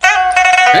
哎，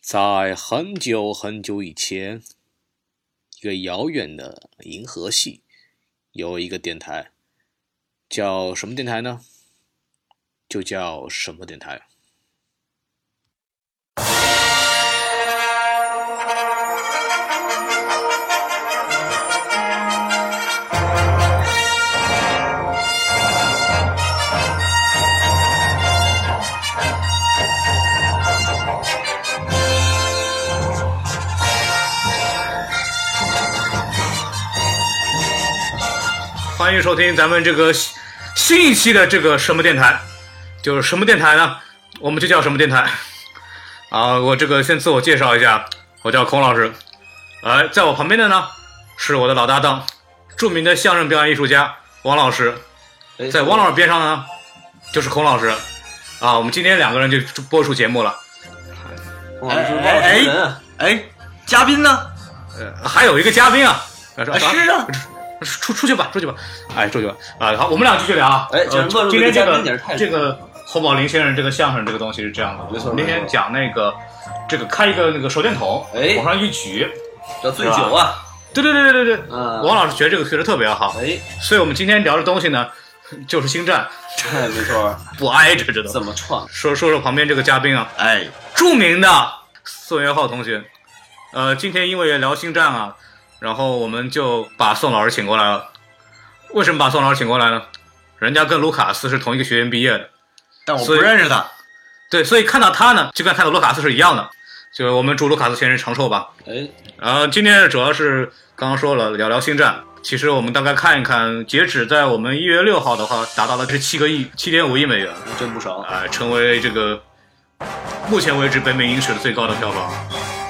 在很久很久以前，一个遥远的银河系，有一个电台，叫什么电台呢？就叫什么电台。欢迎收听咱们这个新新一期的这个什么电台，就是什么电台呢？我们就叫什么电台。啊，我这个先自我介绍一下，我叫孔老师。呃，在我旁边的呢是我的老搭档，著名的相声表演艺术家王老师。在汪老师边上呢，就是孔老师。啊，我们今天两个人就播出节目了。哇，这是哎汪老师人啊哎，嘉宾呢？呃，还有一个嘉宾啊，啊哎啊是啊，出出去吧，出去吧，哎，出去吧，啊，好，我们俩继续聊啊。哎呃这问问今天这嘉个宾也是太这个侯宝林先生这个相声这个东西是这样的，没错我们那没天错讲那个这个开一个那个手电筒，哎往上一举，叫醉酒啊。对对对对对对，嗯王老师学这个学的特别好，哎， 所以我们今天聊的东西呢，就是星战，哎没错，不挨着这都。怎么创？说说说旁边这个嘉宾啊，哎，著名的宋元浩同学，呃，今天因为聊星战啊，然后我们就把宋老师请过来了。为什么把宋老师请过来呢？人家跟卢卡斯是同一个学院毕业的，但啊我不所以认识他。对，所以看到他呢，就跟看到卢卡斯是一样的。就我们祝卢卡斯先生长寿吧。哎，然后今天主要是刚刚说了聊聊星战，其实我们大概看一看，截止在我们一月六号的话，达到了这七个亿七点五亿美元，真不少。啊、成为这个目前为止北美影史的最高的票房。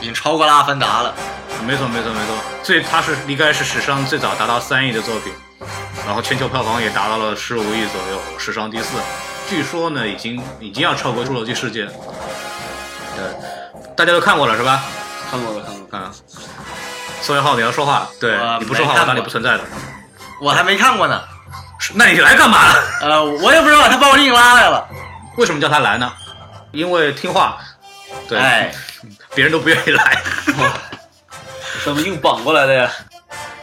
已经超过了《阿凡达》了。没错，没错，没错。最它是应该是史上最早达到三亿的作品，然后全球票房也达到了十五亿左右，史上第四。据说呢，已经已经要超过《侏罗纪世界》。呃对，大家都看过了是吧？看过了，看过了。嗯。宋元浩，你要说话，对我你不说话，没我看过当你不存在的。我还没看过呢。是那你来干嘛？呃，我也不知道他把我硬拉来了。 为什么叫他来呢？因为听话，对，哎，别人都不愿意来。怎么硬绑过来的呀？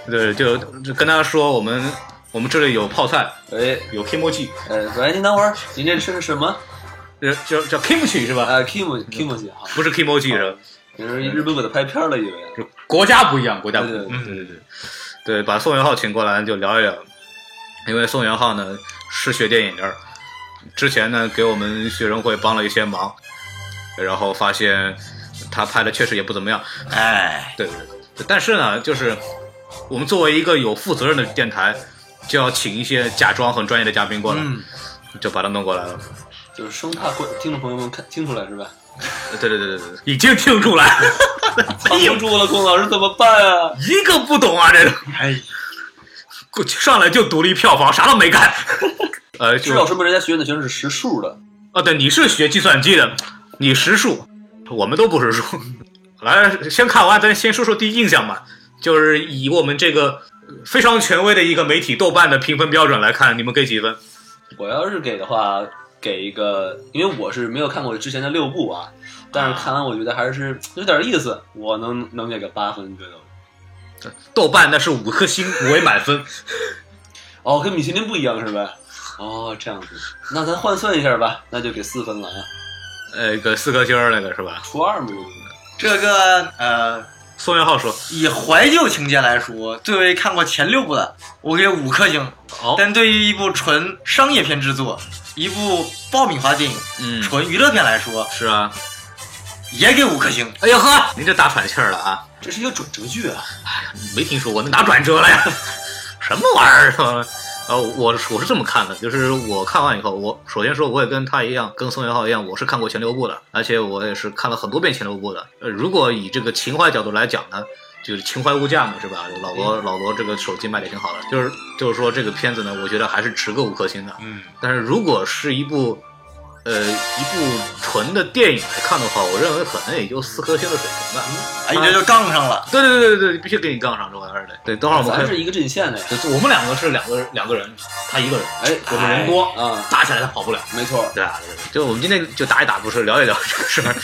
对，就就跟他说，我们我们这里有泡菜，哎，有 kimchi，哎，喂，您等会儿，您这吃的什么？呃叫叫 kimchi 是吧？呃 k i m k i m 姐哈，不是啊 kimchi 是吧？也是日本给他拍片儿了，以为。啊就国家不一样，国家不一样。对嗯对对对，对，把宋元浩请过来就聊一聊，因为宋元浩呢是学电影的，之前呢给我们学生会帮了一些忙，然后发现他拍的确实也不怎么样。哎，对对对，但是呢，就是我们作为一个有负责任的电台，就要请一些假装很专业的嘉宾过来，嗯，就把他弄过来了。就是生怕观听众朋友们看听出来是吧？对对对对对，已经听出来 了，哎扛不住了，龚老师怎么办啊？一个不懂啊，这个。哎，过去上来就独立票房，啥都没干。呃，至少就说明人家学院的学生是识数的。哦，对，你是学计算机的，你识数，我们都不识数。来，先看完，咱先说说第一印象吧。就是以我们这个呃非常权威的一个媒体豆瓣的评分标准来看，你们给几分？我要是给的话，给一个，因为我是没有看过之前的六部啊，但是看完我觉得还是有点意思，我能能给个八分，觉得。豆瓣那是五颗星为满分，哦，跟米其林不一样是吧？哦，这样子，那咱换算一下吧，那就给四分了啊，呃，给四颗星儿那个是吧？除二嘛，就是这个呃，宋元浩说，以怀旧情节来说，作为看过前六部的，我给五颗星。哦但对于一部纯商业片制作，一部爆米花电影、嗯纯娱乐片来说，是啊，也给五颗星。哎呦呵，您这打喘气儿了啊？这是一个转折句啊。 没听说过，那哪转折了呀？什么玩意儿啊？ 呃，我是我是这么看的，就是我看完以后，我首先说我也跟他一样，跟宋元浩一样，我是看过前六部的，而且我也是看了很多遍前六部的。呃，如果以这个情怀角度来讲呢，就是情怀物价嘛，是吧？老嗯罗老罗这个手机卖的挺好的，就是就是说这个片子呢，我觉得还是值个五颗星的。嗯，但是如果是一部，呃，一部纯的电影来看的话，我认为可能也就四颗星的水平吧。哎，你这就杠上了。对对对对对，必须给你杠上这玩意儿的。对，等会儿我们咱看是，一个阵线的呀。就是我们两个是两个两个人，他一个人，哎，我们人多，啊，打起来他跑不了。没错，对啊，就我们今天就打一打不是，聊一聊这个事儿。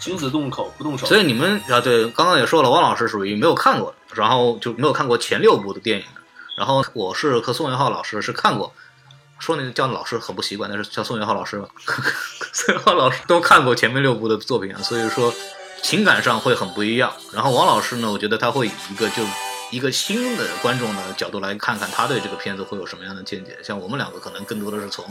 君子动口不动手。所以你们啊，对，刚刚也说了，汪老师属于没有看过的，然后就没有看过前六部的电影的。然后我是和宋元浩老师是看过，说那个叫老师很不习惯，但是叫宋元浩老师吧， 宋元浩老师都看过前面六部的作品啊，所以说情感上会很不一样。然后王老师呢，我觉得他会以一个就一个新的观众的角度来看看他对这个片子会有什么样的见解。像我们两个可能更多的是从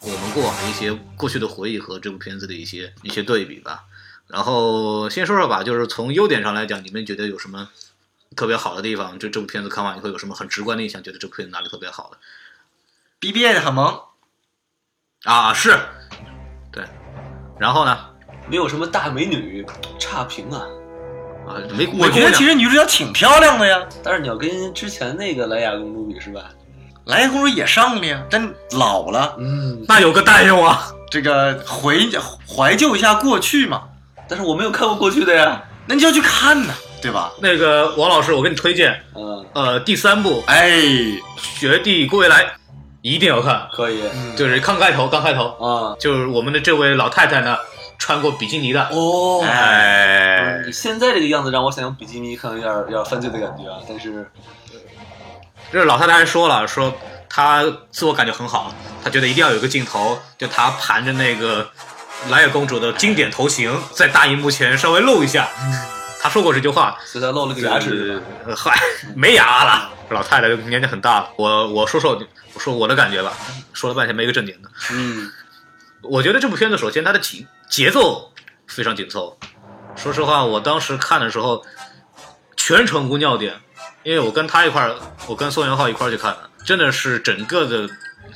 我们过往的一些过去的回忆和这部片子的一些一些对比吧。然后先说说吧，就是从优点上来讲，你们觉得有什么特别好的地方？就这部片子看完以后有什么很直观的印象？觉得这部片子哪里特别好的 BBA 很萌，啊？是，对。然后呢？没有什么大美女差评啊，啊，没，没我觉得姑娘其实女主角挺漂亮的呀，但是你要跟之前那个莱雅公主比是吧？莱茵公主也上了呀，但老了，嗯，那有个蛋用啊。这个回怀旧一下过去嘛，但是我没有看过过去的呀。那你就要去看呐，对吧？ 那个王老师，我给你推荐，嗯，呃，第三部《哎，绝地归来》，一定要看。可以嗯就是刚开头，刚开头，啊。就是我们的这位老太太呢，穿过比基尼的。哦，哎，嗯你现在这个样子让我想想比基尼，可能有点有点犯罪的感觉啊。但是这老太太还说了，说她自我感觉很好，她觉得一定要有一个镜头，就她盘着那个莱雅公主的经典头型，在大荧幕前稍微露一下。她说过这句话，所以他露嗯了个牙齿是吧？呃嗨，没牙了。 老太太年纪很大了，我我说说我说我的感觉吧，说了半天没一个正经的。嗯，我觉得这部片子首先它的节节奏非常紧凑，说实话，我当时看的时候全程无尿点，因为我跟他一块儿，我跟宋元浩一块儿去看的，真的是整个的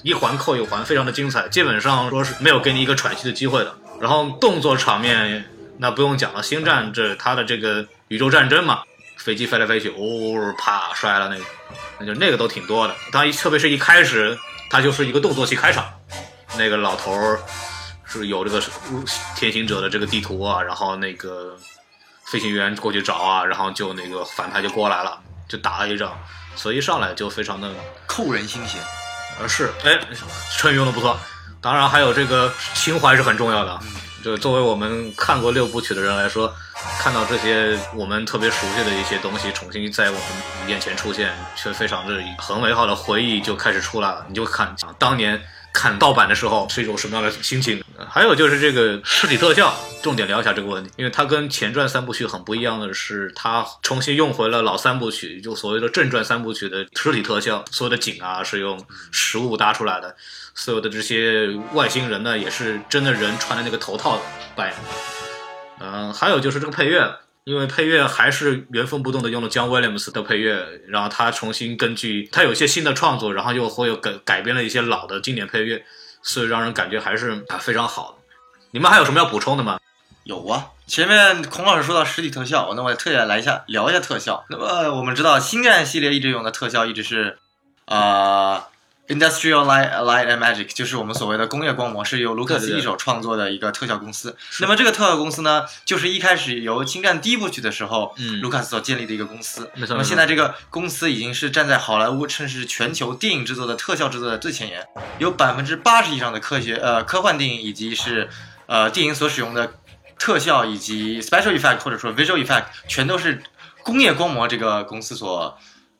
一环扣一环，非常的精彩，基本上说是没有给你一个喘息的机会的。然后动作场面那不用讲了，《星战》这它的这个宇宙战争嘛，飞机飞来飞去，呜、啪摔了那个，那就那个都挺多的。它一特别是一开始，它就是一个动作戏开场，那个老头儿是有这个天行者的这个地图啊，然后那个飞行员过去找啊，然后就那个反派就过来了，就打了一仗，所以一上来就非常的扣人心弦，呃是，哎，成语用的不错。当然还有这个情怀是很重要的，就作为我们看过六部曲的人来说，看到这些我们特别熟悉的一些东西重新在我们眼前出现，却非常的呃很美好的回忆就开始出来了。你就看啊当年看盗版的时候是一种什么样的心情。还有就是这个实体特效，重点聊一下这个问题，因为它跟前传三部曲很不一样的是，它重新用回了老三部曲，就所谓的正传三部曲的实体特效，所有的景啊是用实物搭出来的，所有的这些外星人呢也是真的人穿的那个头套扮演的。嗯，还有就是这个配乐，因为配乐还是原封不动的用了 John Williams 的配乐，然后他重新根据他有一些新的创作，然后又会有改改编了一些老的经典配乐，所以让人感觉还是啊非常好的。你们还有什么要补充的吗？有啊，前面孔老师说到实体特效，那我也特意来一下聊一下特效。那么我们知道，星战系列一直用的特效一直是，呃，Industrial Light Light and Magic，就是我们所谓的工业光魔，是由卢克对斯对对一手创作的一个特效公司。那么这个特效公司呢，就是一开始由星战第一部曲的时候，嗯卢卡斯所建立的一个公司。没那错没么错现在这个公司已经是站在好莱坞，甚至是全球电影制作的特效制作的最前沿，有百分之八十以上的科学呃科幻电影以及是呃电影所使用的特效以及 special effect 或者说 visual effect 全都是工业光魔这个公司所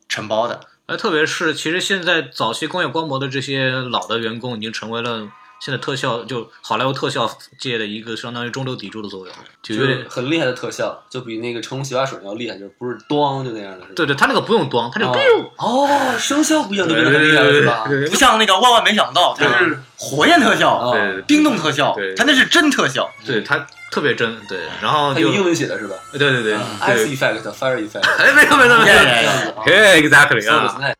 承包的。呃，特别是其实现在早期工业光魔的这些老的员工已经成为了现在特效就好莱坞特效界的一个相当于中流砥柱的作用，就就有点是很厉害的特效，就比那个冲洗发水要厉害，就是不是咣就那样的。是吧对对，他那个不用装，他就 biu 哦哦，生肖不一样就对变对得很厉害了，是吧？对不像那个万万没想到，它是火焰特效、哦对冰冻特效对，它那是真特效。对，他特别真，对，然后它就用英文写的是吧对对对对？Ice effect, fire effect，哎，没错没错没错 Yeah, yeah, yeah 这样子啊。 ，Yeah，exactly 所有的啊存，在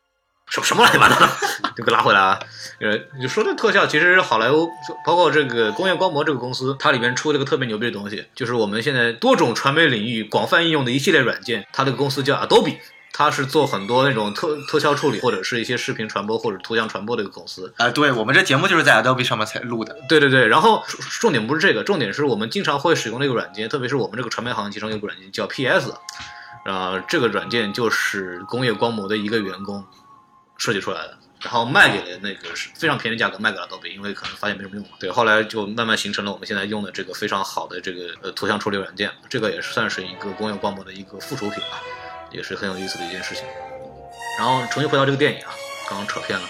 什么什么乱七八糟的，就给拉回来啊。呃，就说这特效，其实好莱坞包括这个工业光魔这个公司，它里边出了个特别牛逼的东西，就是我们现在多种传媒领域广泛应用的一系列软件，它这个公司叫 Adobe。它是做很多那种特特效处理，或者是一些视频传播或者图像传播的一个公司。啊、对我们这节目就是在 Adobe 上面才录的，对对对，然后重重点不是这个，重点是我们经常会使用的一个软件，特别是我们这个传媒行业其中有个软件叫 PS，啊、这个软件就是工业光魔的一个员工设计出来的，然后卖给了那个是非常便宜的价格卖给了 Adobe，因为可能发现没什么用嘛。对，后来就慢慢形成了我们现在用的这个非常好的这个呃图像处理软件，这个也是算是一个工业光魔的一个附属品吧，也是很有意思的一件事情。然后重新回到这个电影啊，刚刚扯偏了。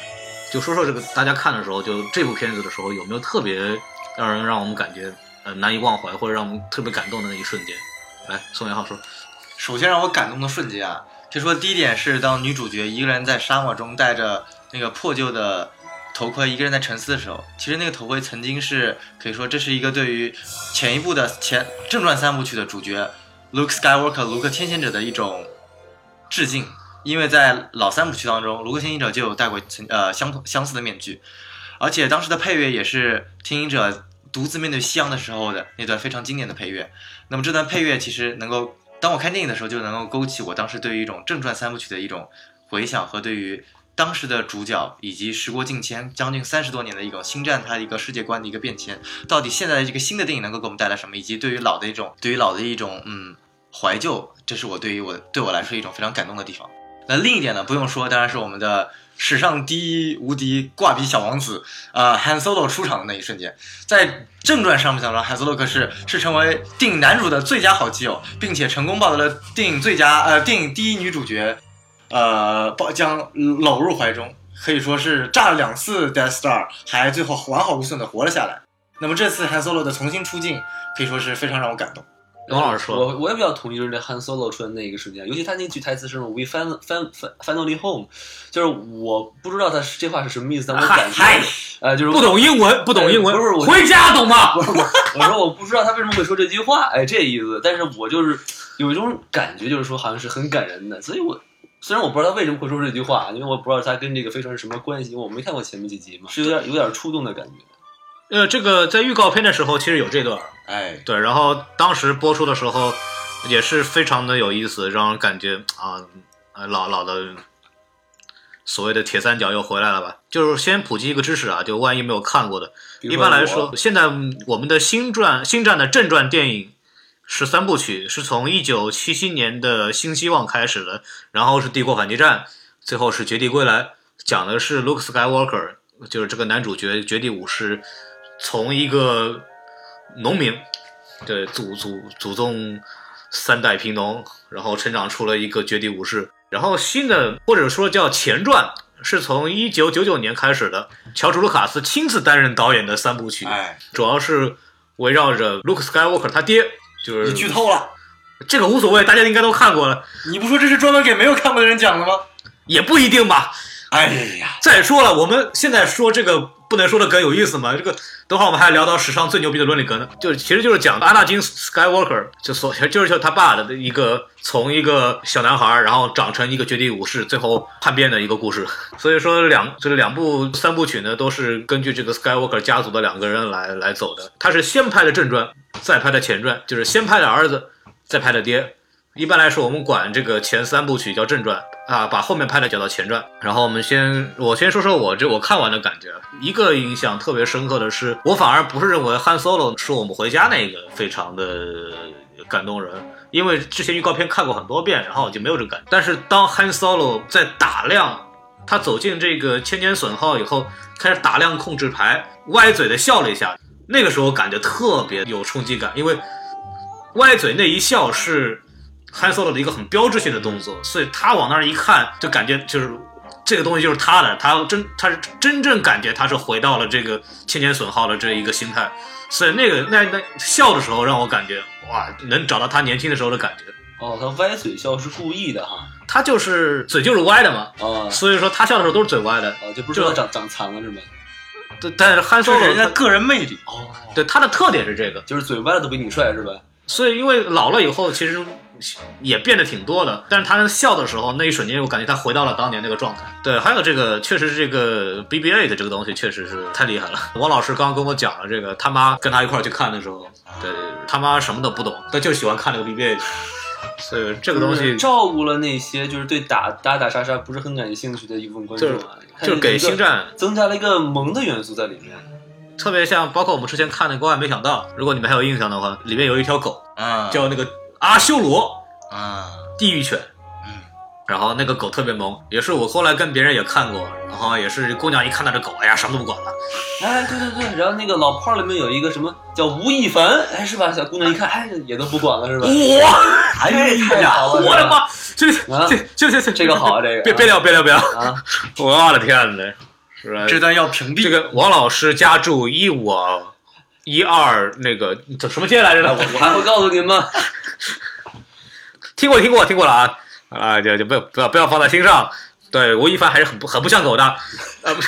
就说说这个大家看的时候，就这部片子的时候，有没有特别让人让我们感觉呃难以忘怀，或者让我们特别感动的那一瞬间？来，宋元浩说，首先让我感动的瞬间啊，就说第一点是当女主角一个人在沙漠中戴着那个破旧的头盔，一个人在沉思的时候，其实那个头盔曾经是可以说这是一个对于前一部的前正传三部曲的主角 Luke Skywalker 卢克天行者的一种致敬，因为在老三部曲当中，卢克天行者就有戴过曾呃相同相似的面具，而且当时的配乐也是天行者独自面对夕阳的时候的那段非常经典的配乐。那么这段配乐其实能够，当我看电影的时候，就能够勾起我当时对于一种正传三部曲的一种回想和对于当时的主角以及时过境迁将近三十多年的一种星战它的一个世界观的一个变迁，到底现在的这个新的电影能够给我们带来什么，以及对于老的一种对于老的一种嗯怀旧，这是我对于我对我来说一种非常感动的地方。那另一点呢，不用说，当然是我们的史上第一无敌挂皮小王子，呃，Han Solo 出场的那一瞬间，在正传上面当中，海斯洛克是是成为电影男主的最佳好基友，并且成功抱得了电影最佳呃电影第一女主角，呃抱将搂入怀中，可以说是炸了两次 Death Star，还最后完好无损的活了下来。那么这次 Han Solo 的重新出镜，可以说是非常让我感动。王老师说，我我也比较同意，就是那 Han Solo 出的那一个瞬间，尤其他那句台词是 “We fin fin fin finally home”，就是我不知道他是这话是什么意思，但我感觉嗨，呃，就是不懂英文，不懂英文，哎不是我回家懂吗？我我我说我不知道他为什么会说这句话，哎，这意思。但是我就是有一种感觉，就是说好像是很感人的，所以我虽然我不知道他为什么会说这句话，因为我不知道他跟这个飞船是什么关系，因为我没看过前面几集嘛，是有点有点触动的感觉。呃，这个在预告片的时候其实有这段，哎，对，然后当时播出的时候也是非常的有意思，让人感觉啊，呃，老老的所谓的铁三角又回来了吧？就是先普及一个知识啊，就万一没有看过的，比如一般来我说，，现在我们的星传星战的正传电影十三部曲是从一九七七年的《新希望》开始的，然后是《帝国反击战》，最后是《绝地归来》，讲的是 Luke Skywalker，就是这个男主角绝地武士，从一个农民，对祖祖祖宗三代贫农，然后成长出了一个绝地武士。然后新的或者说叫前传，是从一九九九年开始的，乔治·卢卡斯亲自担任导演的三部曲，哎，主要是围绕着 Luke Skywalker 他爹，就你剧是透了，这个无所谓，大家应该都看过了，你不说这是专门给没有看过的人讲的吗？也不一定吧。哎呀，再说了，我们现在说这个不能说的梗有意思吗？这个等会儿我们还聊到史上最牛逼的伦理梗呢，就是其实就是讲阿纳金 Skywalker 就所就是他爸的一个从一个小男孩，然后长成一个绝地武士，最后叛变的一个故事。所以说两就是两部三部曲呢，都是根据这个 Skywalker 家族的两个人来来走的。他是先拍的正传，再拍的前传，就是先拍的儿子，再拍的爹。一般来说，我们管这个前三部曲叫正传啊，把后面拍的叫到前传。然后我们先，我先说说我这我看完的感觉。一个印象特别深刻的是，我反而不是认为 Han Solo 是我们回家那个非常的感动人，因为之前预告片看过很多遍，然后我就没有这个感觉。但是当 Han Solo 在打量他走进这个千年隼号以后，开始打量控制牌，歪嘴的笑了一下，那个时候感觉特别有冲击感，因为歪嘴那一笑是 Han Solo 的一个很标志性的动作，所以他往那儿一看，就感觉就是这个东西就是他的，他真他是真正感觉他是回到了这个千年损耗的这一个心态，所以那个那那笑的时候让我感觉哇，能找到他年轻的时候的感觉，哦，他歪嘴笑是故意的哈，他就是嘴就是歪的嘛，哦所以说他笑的时候都是嘴歪的，哦，就不是说长长残了是吗？但但是 Han 这是人 Solo 家他个人魅力。哦，对他的特点是这个，就是嘴歪了都比你帅是吧？所以因为老了以后，其实也变得挺多的，但是他笑的时候那一瞬间，我感觉他回到了当年那个状态。对，还有这个，确实是这个 BBA 的这个东西，确实是太厉害了。王老师刚刚跟我讲了这个，他妈跟他一块儿去看的时候，对他妈什么都不懂，他就喜欢看这个 BBA，所以这个东西照顾了那些就是对打打打杀杀不是很感兴趣的一部分观众啊，看就是给一个星战增加了一个萌的元素在里面。特别像，包括我们之前看的《万万没想到》，如果你们还有印象的话，里面有一条狗啊，叫那个阿修罗啊，地狱犬，嗯，然后那个狗特别萌，也是我后来跟别人也看过，然后也是姑娘一看到这狗，哎呀，什么都不管了，哎，对对对，然后那个老炮儿里面有一个什么叫吴亦凡，哎是吧？小姑娘一看，哎也都不管了是吧？哇，哎呀，我的！妈，这啊这这这这这个好啊，这个别别聊别聊别聊， 啊，我的天呐，是吧？这段要屏蔽。这个王老师家住一五一二那个叫什么街来着哎呢？我我还会告诉您们，听过听过听过了啊啊，就就不要不要不要放在心上。对吴亦凡还是很不很不像狗的，呃不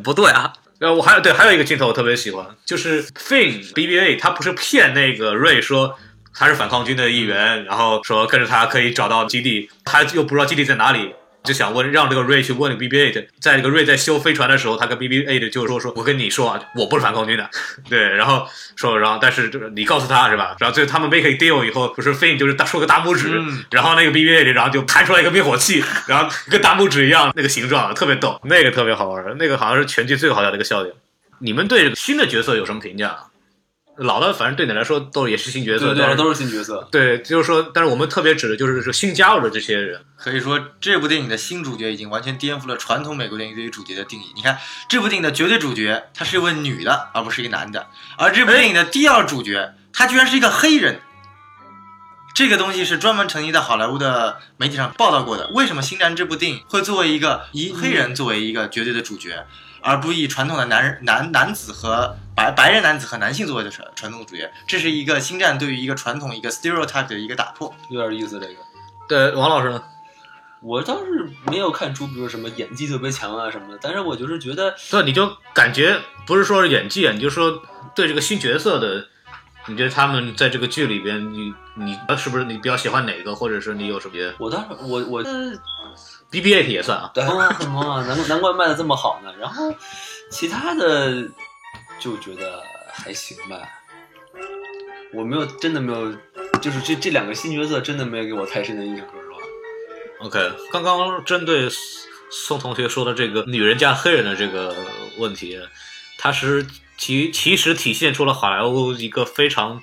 不对啊。呃，我还有对还有一个镜头我特别喜欢，就是 Finn BBA 他不是骗那个瑞说他是反抗军的一员，然后说跟着他可以找到基地，他又不知道基地在哪里。就想问，让这个瑞去问 BBA 的，在这个瑞在修飞船的时候，他跟 BBA 的就说说，我跟你说啊，我不是反抗军的，对，然后说，然后但是这个你告诉他是吧？然后最后他们 make a deal 以后，不是 Finn 就是大竖个大拇指，嗯然后那个 BBA 里，然后就弹出来一个灭火器，然后跟大拇指一样那个形状，特别逗，那个特别好玩，那个好像是全剧最好笑的一个笑点。你们对这个新的角色有什么评价？啊老的反正对你来说都也是新角色，对对但对，是都是新角色。对，就是说，但是我们特别指的就是说新加入的这些人，可以说，这部电影的新主角已经完全颠覆了传统美国电影对于主角的定义。你看，这部电影的绝对主角她是一位女的，而不是一个男的；而这部电影的第二主角，他居然是一个黑人。这个东西是专门曾经在好莱坞的媒体上报道过的。为什么《星战》这部电影会作为一个以嗯黑人作为一个绝对的主角，而不以传统的男人男男子和白白人男子和男性作为的传传统主角？这是一个《星战》对于一个传统一个 stereotype 的一个打破。有点意思这个。对，王老师呢？我倒是没有看出，比如什么演技特别强啊什么的，但是我就是觉得，对，你就感觉不是说是演技啊，你就说对这个新角色的，你觉得他们在这个剧里边，你你呃是不是你比较喜欢哪个，或者是你有什么我当时我我呃 BB8 也算啊，萌啊很萌啊，难怪难怪卖的这么好呢。然后其他的就觉得还行吧，我没有真的没有，就是这这两个新角色真的没有给我太深的印象，说实话。 OK，刚刚针对宋同学说的这个女人加黑人的这个问题，它是其其实体现出了好莱坞一个非常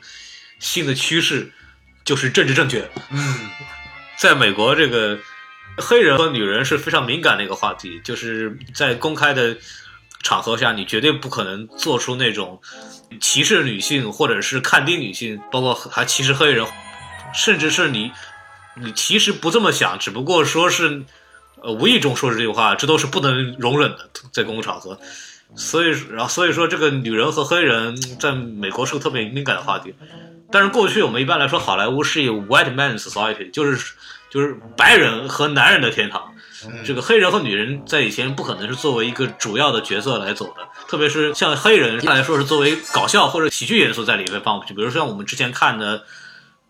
新的趋势，就是政治正确。嗯。在美国，这个黑人和女人是非常敏感的一个话题，就是在公开的场合下，你绝对不可能做出那种歧视女性，或者是看低女性，包括还歧视黑人，甚至是你你其实不这么想，只不过说是呃无意中说这句话，这都是不能容忍的，在公共场合。所以，然后所以说，这个女人和黑人在美国是个特别敏感的话题。但是过去我们一般来说，好莱坞是以 white man society，就是就是白人和男人的天堂。这个黑人和女人在以前不可能是作为一个主要的角色来走的，特别是像黑人一般来说是作为搞笑或者喜剧元素在里面放进去，比如像我们之前看的，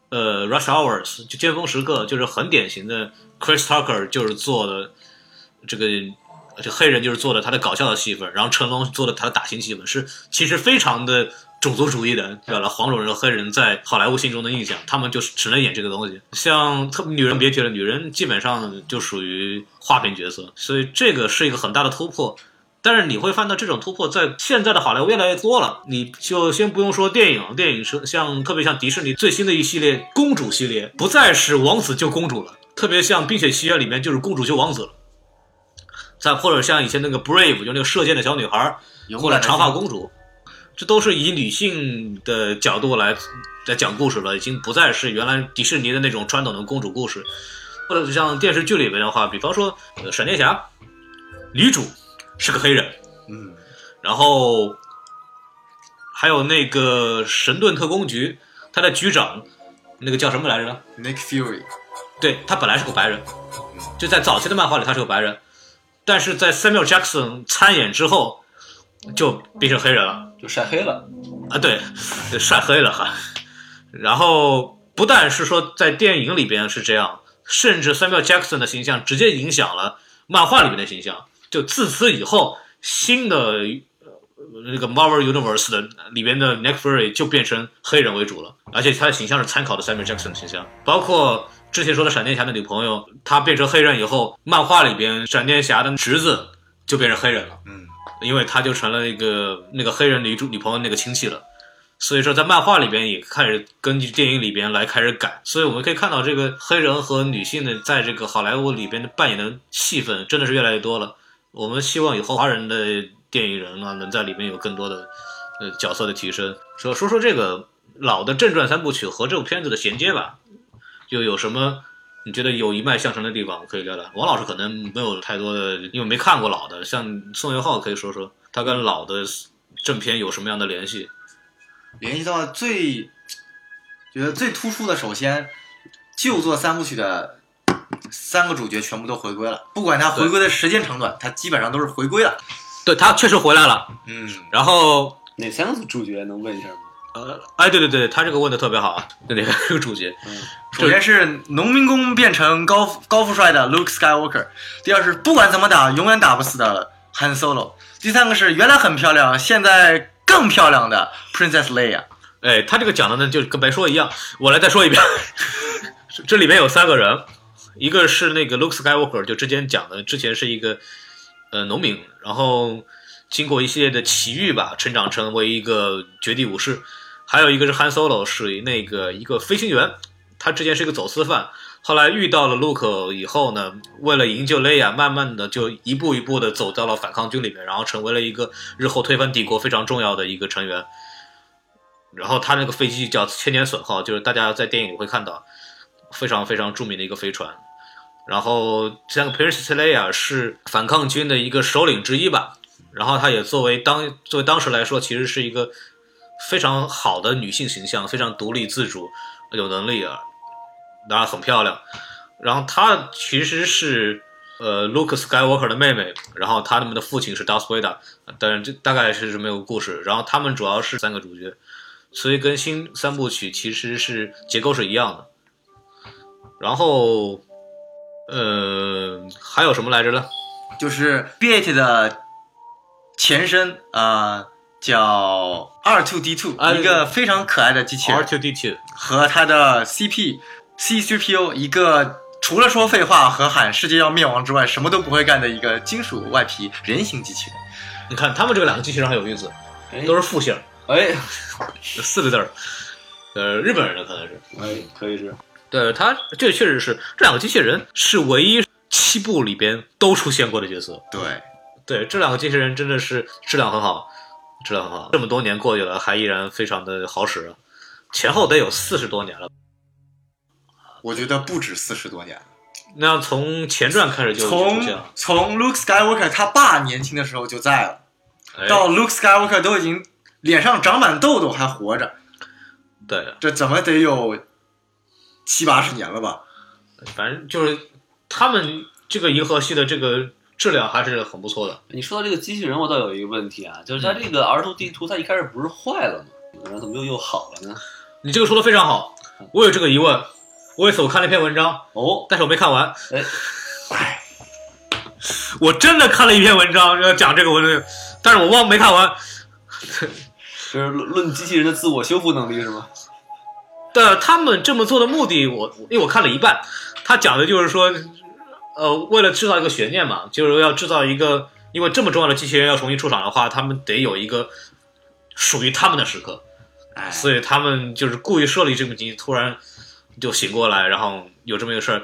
呃，《Rush Hours》就尖峰时刻，就是很典型的 Chris Tucker 就是做的这个这黑人就是做的他的搞笑的戏份，然后成龙做的他的打星戏份，是其实非常的种族主义的，表达黄种人和黑人在好莱坞心中的印象，他们就是只能演这个东西。像特女人别提了，女人基本上就属于花瓶角色，所以这个是一个很大的突破。但是你会看到这种突破在现在的好莱坞越来越多了。你就先不用说电影，电影是像特别像迪士尼最新的一系列公主系列，不再是王子救公主了，特别像《冰雪奇缘》里面就是公主救王子了。再或者像以前那个 Brave，就那个射箭的小女孩儿，勇或敢者的长发心公主，这都是以女性的角度来来讲故事了，已经不再是原来迪士尼的那种传统的公主故事，或者像电视剧里面的话，比方说呃闪电侠，女主是个黑人，嗯，然后还有那个神盾特工局，他的局长那个叫什么来着呢？ Nick Fury，对他本来是个白人，就在早期的漫画里他是个白人，但是在 Samuel Jackson 参演之后就变成黑人了就晒黑了，啊，对，晒黑了哈。然后不不但是说在电影里边是这样，甚至 Samuel Jackson 的形象直接影响了漫画里面的形象。就自此以后，新的呃那个 Marvel Universe 的里边的 Nick Fury 就变成黑人为主了，而且他的形象是参考的 Samuel Jackson 的形象，包括。之前说的闪电侠的女朋友，她变成黑人以后，漫画里边闪电侠的侄子就变成黑人了。嗯，因为他就成了那个那个黑人女主女朋友那个亲戚了，所以说在漫画里边也开始根据电影里边来开始改，所以我们可以看到这个黑人和女性的在这个好莱坞里边的扮演的戏份真的是越来越多了。我们希望以后华人的电影人啊，能在里面有更多的呃角色的提升。说说说这个老的正传三部曲和这部片子的衔接吧，又有什么你觉得有一脉相承的地方可以聊聊？王老师可能没有太多的，因为没看过老的，像宋元浩可以说说他跟老的正片有什么样的联系？联系到最觉得最突出的，首先旧作三部曲的三个主角全部都回归了，不管他回归的时间长短，他基本上都是回归了。对他确实回来了，嗯，然后哪三个主角能问一下吗？呃，哎，对对对，他这个问的特别好啊，对哪个 这个主角？首先是农民工变成高高富帅的 Luke Skywalker，第二是不管怎么打永远打不死的 Han Solo，第三个是原来很漂亮，现在更漂亮的 Princess Leia。哎，他这个讲的呢，就跟白说一样。我来再说一遍， 这这里面有三个人，一个是那个 Luke Skywalker，就之前讲的，之前是一个呃农民，然后经过一系列的奇遇吧，成长成为一个绝地武士。还有一个是 Han Solo，属于那个一个飞行员，他之前是一个走私犯，后来遇到了 Luke 以后呢，为了营救雷亚，慢慢的就一步一步的走到了反抗军里面，然后成为了一个日后推翻帝国非常重要的一个成员。然后他那个飞机叫千年隼号，就是大家在电影里会看到非常非常著名的一个飞船。然后这个 Pierce t e l e a 是反抗军的一个首领之一吧，然后他也作为当作为当时来说，其实是一个非常好的女性形象，非常独立自主，有能力啊，当然很漂亮。然后她其实是呃 Luke Skywalker 的妹妹，然后他们的父亲是 Darth Vader，但是这大概是没有故事。然后他们主要是三个主角，所以跟新三部曲其实是结构是一样的。然后，呃，还有什么来着呢？就是 B8 的前身啊、呃叫 R2D2，、啊一个非常可爱的机器人 two D two，和它的 CP C3PO，一个除了说废话和喊世界要灭亡之外，什么都不会干的一个金属外皮人形机器人。你看他们这个两个机器人很有意思，哎都是复姓，哎四个字儿，呃，日本人的可能是。哎，可以是对他，这确实是这两个机器人是唯一七部里边都出现过的角色。对，对，这两个机器人真的是质量很好，质量很好。这么多年过去了，还依然非常的好使，啊前后得有四十多年了。我觉得不止四十多年了，那要从前传开始就从出现了，从 Luke Skywalker 他爸年轻的时候就在了，哎到 Luke Skywalker 都已经脸上长满痘痘还活着，对，这怎么得有七八十年了吧？反正就是他们这个银河系的这个质量还是很不错的。你说到这个机器人，我倒有一个问题啊，就嗯是它这个 R 2 D 图，它一开始不是坏了吗？然后怎么又又好了呢？你这个说的非常好，嗯我有这个疑问。我也是我看了一篇文章，哦，但是我没看完。哎，我真的看了一篇文章，要讲这个文章，但是我忘没看完。就是论论机器人的自我修复能力是吗？但他们这么做的目的，我因为我看了一半，他讲的就是说，呃，为了制造一个悬念嘛，就是要制造一个，因为这么重要的机器人要重新出场的话，他们得有一个属于他们的时刻，哎所以他们就是故意设立这么集，突然就醒过来，然后有这么一个事儿。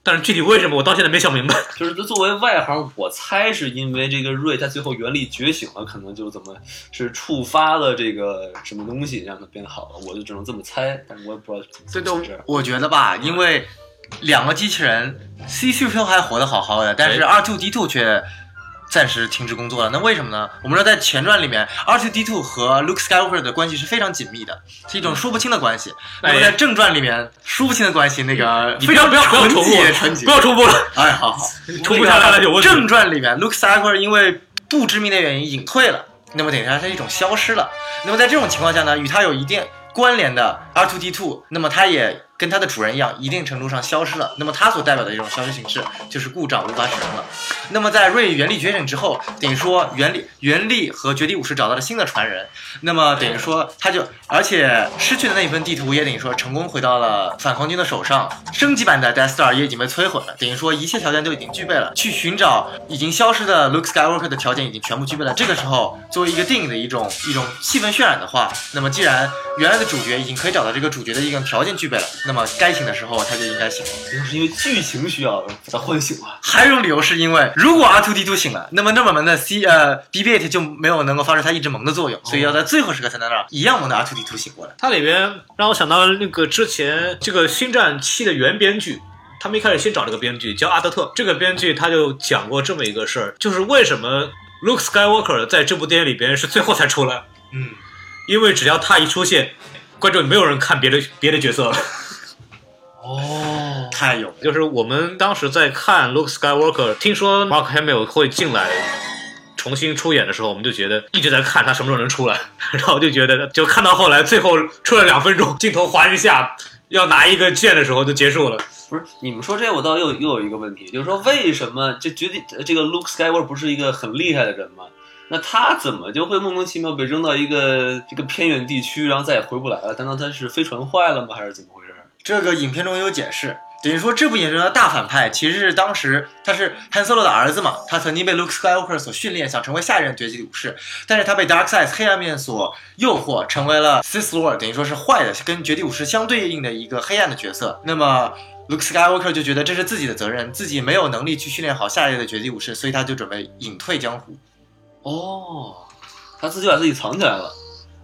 但是具体为什么，我到现在没想明白。就是作为外行，我猜是因为这个瑞他最后原力觉醒了，可能就怎么是触发了这个什么东西让它变好了，我就只能这么猜，但是我也不知道这怎都么回事。我觉得嗯吧，因为两个机器人 C 3 p o 还活得好好的，但是对 R 2 D 2却暂时停止工作了。那为什么呢？我们知道在前传里面，R 2 D 2和 Luke Skywalker 的关系是非常紧密的，是嗯一种说不清的关系。那么在正传里面，说不清的关系那个哎你不要不要不要纯重洁复纯了，洁不。要重复了， 哎，好好，重复下来了有问题。正传里面，Luke Skywalker 因为不知名的原因隐退了，那么等于他是一种消失了。那么在这种情况下呢，与他有一定关联的 R2D2，那么他也跟它的主人一样，一定程度上消失了。那么它所代表的一种消失形式就是故障无法使用了。那么在瑞原力觉醒之后，等于说原力原力和绝地武士找到了新的传人，那么等于说他就而且失去的那一份地图也等于说成功回到了反抗军的手上，升级版的 Death Star 也已经被摧毁了，等于说一切条件都已经具备了，去寻找已经消失的 Luke Skywalker 的条件已经全部具备了。这个时候作为一个电影的一种一种气氛渲染的话，那么既然原来的主角已经可以找到这个主角的一个条件具备了，那么该醒的时候他就应该醒。是因为剧情需要把它唤醒啊了。还有一种理由是因为，如果 R two D two 醒了，那么那么萌的 C 呃 BB8 就没有能够发挥它一直萌的作用，所以要在最后时刻才能让一样萌的 R two D two 醒过来。它里边让我想到那个之前这个《星战七》的原编剧，他们一开始先找了个编剧叫阿德特，这个编剧他就讲过这么一个事儿，就是为什么 Luke Skywalker 在这部电影里边是最后才出来，嗯，因为只要他一出现，观众没有人看别的别的角色了。哦，太有就是我们当时在看 Luke Skywalker，听说 Mark Hamill 会进来重新出演的时候，我们就觉得一直在看他什么时候能出来， 然后就觉得就看到后来最后出了两分钟，镜头滑一下，要拿一个剑的时候就结束了。不是，你们说这我倒又又有一个问题，就是说为什么这绝地这个 Luke Skywalker 不是一个很厉害的人吗？那他怎么就会莫名其妙被扔到一个这个偏远地区，然后再也回不来了？难道他是飞船坏了吗？还是怎么回事？这个影片中有解释，等于说这部影片中的大反派其实是当时他是 Han Solo 的儿子嘛，他曾经被 Luke Skywalker 所训练，想成为下一任绝地武士，但是他被 Darkseid 黑暗面所诱惑，成为了 Sith Lord，等于说是坏的，跟绝地武士相对应的一个黑暗的角色。那么 Luke Skywalker 就觉得这是自己的责任，自己没有能力去训练好下一代的绝地武士，所以他就准备隐退江湖。哦，他自己把自己藏起来了，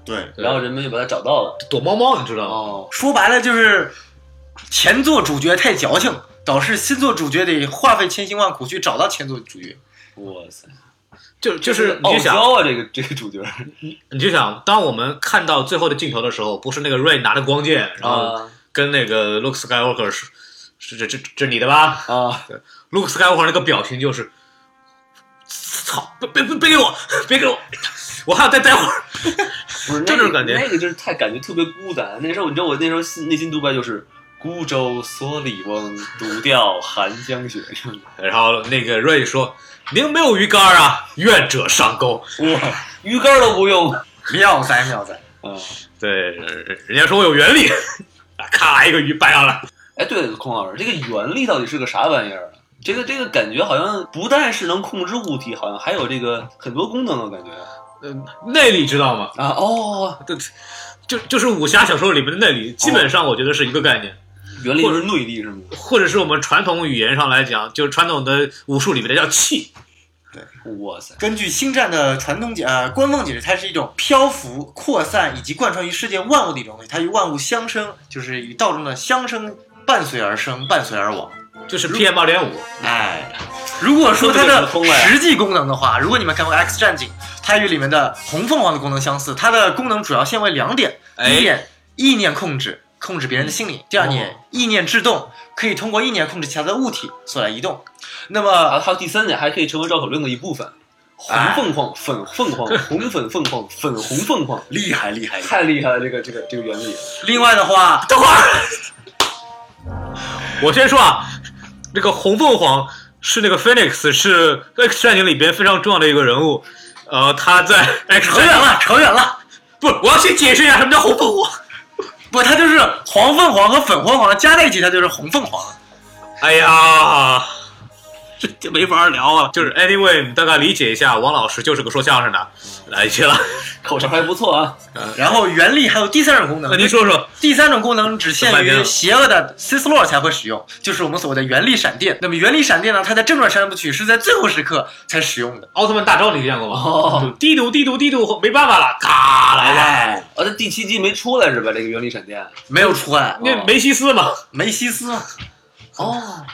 对，然后人们就把他找到了。躲猫猫，你知道吗？哦，说白了就是前作主角太矫情，导致新作主角得花费千辛万苦去找到前作主角。哇塞，就就是你傲就想，娇啊，这个这个主角你就想，当我们看到最后的镜头的时候，不是那个 Ray 拿着光剑，然后啊跟那个 Luke Skywalker 是是这这这你的吧？啊， Luke Skywalker 那个表情就是，操，别别别别给我，别给我，我还要再待会儿。不是这那个种感觉那个就是太感觉特别孤单。那时候你知道我那时候心内心独白就是“孤舟蓑笠翁，独钓寒江雪” 这样的。然后那个瑞说：“您没有鱼竿啊，愿者上钩。哇，鱼竿都不用啊！妙哉妙哉！嗯对，人家说我有原力，啊咔一个鱼掰上来。哎，对了，孔老师，这个原力到底是个啥玩意儿啊？这个这个感觉好像不但是能控制物体，好像还有这个很多功能啊，感觉嗯，内力知道吗？啊哦，就就就是武侠小说里面的内力，基本上我觉得是一个概念，原力就是内力是吗？或者是我们传统语言上来讲，就是传统的武术里面的叫气。哇塞，根据《星战》的传统解呃官方解释，它是一种漂浮、扩散以及贯穿于世界万物的一种东西，它与万物相生，就是与道中的相生，伴随而生，伴随而亡。就是 PM 二点五，哎，如果说它的说不定就通了呀实际功能的话，如果你们看过《X 战警》，它与里面的红凤凰的功能相似，它的功能主要限为两点：哎第一点，意念控制，控制别人的心理；嗯第二哦点，意念制动，可以通过意念控制其他的物体所来移动。那啊，么，还有第三点，还可以成为绕口令的一部分。红哎凤凰，粉凤凰，红粉凤凰，粉红凤凰， 厉害厉害！厉害太厉害了！这个这个这个 原理，另外的话，等会儿，我先说啊，那个红凤凰是那个 Phoenix 是 X 战警里边非常重要的一个人物，呃，他 在 X 扯战远警了，扯远了。不，我要先解释一下什么叫红凤凰。不，它就是黄凤凰和粉凤凰加在一起，它就是红凤凰。哎呀，这就没法聊啊。就是 anyway，你大概理解一下，王老师就是个说相声的，来去 了。口条还不错啊。然后原力还有第三种功那能，您说说，第三种功能只限怎么于办邪恶的 c i s l o r 才会使用，就是我们所谓的原力闪电。那么原力闪电呢，它在正传三部曲是在最后时刻才使用的。奥特曼大招你见过吗？哦就滴嘟滴嘟滴嘟，没办法了，嘎来了。哎，啊，这第七集没出来是吧？这个原力闪电。没有出来，哦那梅西斯嘛，梅西斯嘛哦，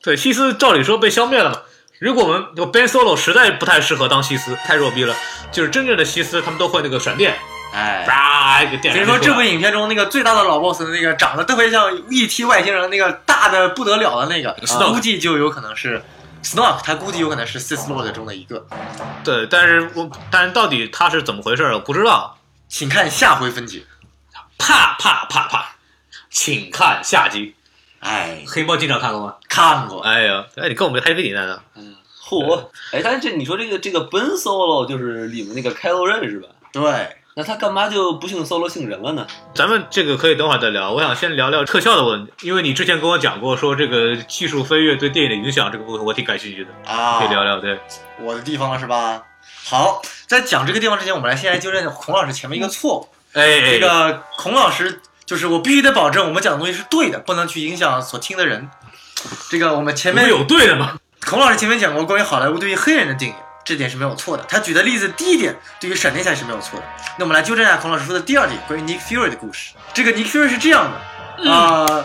对，西斯照理说被消灭了嘛。如果我们就 Ben Solo 实在不太适合当西斯，太弱逼了。就是真正的西斯，他们都会那个闪电，哎。叭一个所电闪以电出说，来。这部影片中那个最大的老 boss 的那个长得特别像 ET 外星人那个大的不得了的那个，呃 Snoke 估计就有可能是 Snoke，他估计有可能是 c i s l o r 中的一个。对，但是我但是到底他是怎么回事儿，我不知道。请看下回分解。啪啪啪啪，请看下集。哎，黑豹警长看过吗？看过，哎呀，哎，你跟我们还挺简单的，嚯！哎，但是这你说这个这个 Ben Solo 就是里面那个开罗刃是吧？对，那他干嘛就不姓 Solo 姓人了呢？咱们这个可以等会儿再聊。我想先聊聊特效的问题，因为你之前跟我讲过说这个技术飞跃对电影的影响，这个部分我挺感兴趣的，啊，可以聊聊。对，我的地方了是吧？好，在讲这个地方之前，我们来先来纠正孔老师前面一个错误。哎，这哎哎个孔老师就是我必须得保证我们讲的东西是对的，不能去影响所听的人。这个我们前不面是有对的吗？孔老师前面讲过关于好莱坞对于黑人的定义，这点是没有错的。他举的例子第一点对于闪电侠是没有错的。那我们来纠正一下孔老师说的第二点关于 Nick Fury 的故事。这个 Nick Fury 是这样嗯的，呃，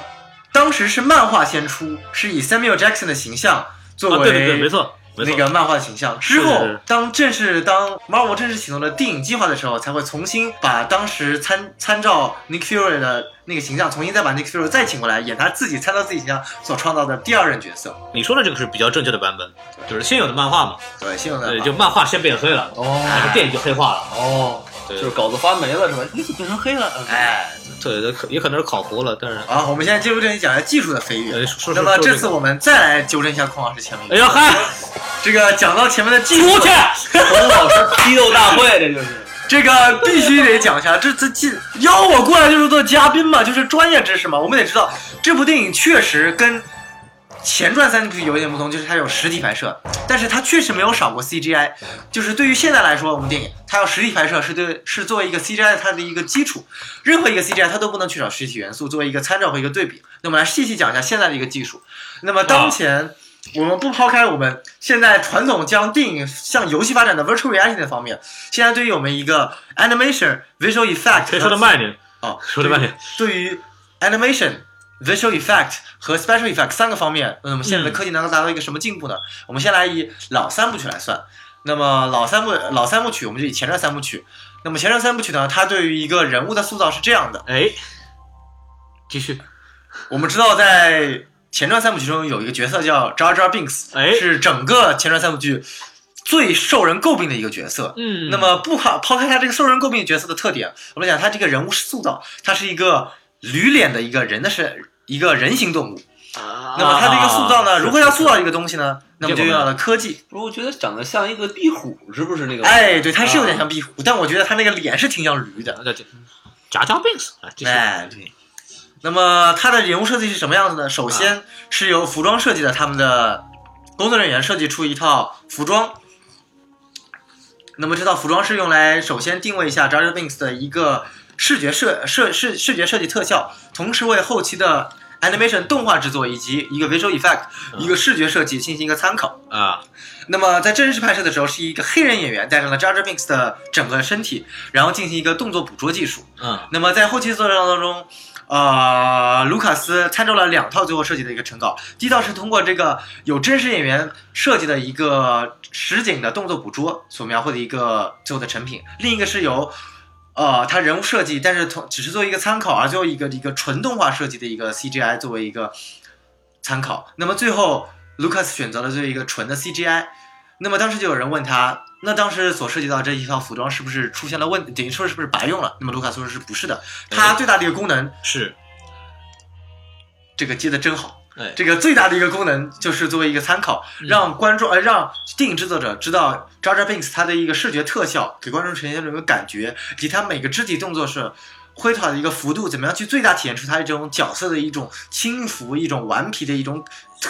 当时是漫画先出，是以 Samuel Jackson 的形象作啊，为对对对，没错，没错。那个漫画形象。之是后是，当正式当 Marvel 正式启动了电影计划的时候，才会重新把当时参参照 Nick Fury 的那个形象，重新再把 Nick Fury 再请过来演他自己参照自己形象所创造的第二任角色。你说的这个是比较正确的版本，就是现有的漫画嘛，对，现在对，就漫画先变黑了，然后电影就黑化了，哦，对就是，稿子发霉了是吧？你怎么变成黑了？哎，对对，可也可能是烤糊了，但是，好，我们现在进入正题，讲一下技术的飞呃，跃。说说那说么这这次个，我们再来纠正一下孔老师前面哎呀嗨， 这个讲到前面的技术出，去，孔老师批斗大会，这就是。这个必须得讲一下，这这进邀我过来就是做嘉宾嘛，就是专业知识嘛，我们得知道这部电影确实跟前传三部有一点不同，就是它有实体拍摄，但是它确实没有少过 CGI。就是对于现在来说，我们电影它要实体拍摄是对是作为一个 CGI 它的一个基础，任何一个 CGI 它都不能缺少实体元素作为一个参照和一个对比。那我们来细细讲一下现在的一个技术。那么当前。我们不抛开我们现在传统将电影向游戏发展的 virtual reality 的方面，现在对于我们一个 animation visual effect，谁说的慢一点？哦，说的慢点，对于 animation、visual effect 和 special effect 三个方面，那么现在的科技能够达到一个什么进步呢？我们先来以老三部曲来算。那么老三部老三部曲，我们就以前传三部曲。那么前传三部曲呢，它对于一个人物的塑造是这样的。哎，继续，我们知道在前传三部曲中有一个角色叫 Jar Jar Binks，、哎是整个前传三部剧最受人诟病的一个角色。嗯那么不抛抛开他这个受人诟病角色的特点，我们讲他这个人物塑造，他是一个驴脸的一个人的是一个人形动物。啊那么他的一个塑啊造呢，如何要塑造一个东西呢？那么就用到了科技。不是，我觉得长得像一个壁虎，是不是那个？哎，对，他是有点像壁虎，但我觉得他那个脸是挺像驴的。那这夹夹 Binks 啊，继续，哎，对。那么它的人物设计是什么样子呢？首先是由服装设计的他们的工作人员设计出一套服装。那么这套服装是用来首先定位一下 j a r j a Binks 的一个视觉设设视视觉设计特效，同时为后期的 animation 动画制作以及一个 visual effect 一个视觉设计进行一个参考。啊，那么在真实拍摄的时候，是一个黑人演员带上了 j a r j a Binks 的整个身体，然后进行一个动作捕捉技术。嗯，那么在后期作战当中，呃，卢卡斯参照了两套最后设计的一个成稿，第一套是通过这个有真实演员设计的一个实景的动作捕捉所描绘的一个最后的成品，另一个是由。呃，他人物设计，但是从只是做一个参考，而最后一个一个纯动画设计的一个 CGI 作为一个参考。那么最后，卢卡斯选择了这一个纯的 CGI。那么当时就有人问他，那当时所涉及到这一套服装是不是出现了问，等于说是不是白用了？那么卢卡斯说是不是的，它最大的一个功能，是，这个接的真好。哎，这个最大的一个功能就是作为一个参考，让观众呃让电影制作者知道 Jar Jar Binks 他的一个视觉特效，给观众呈现这种感觉，以及他每个肢体动作是挥洒的一个幅度，怎么样去最大体现出他这种角色的一种轻浮、一种顽皮的一种特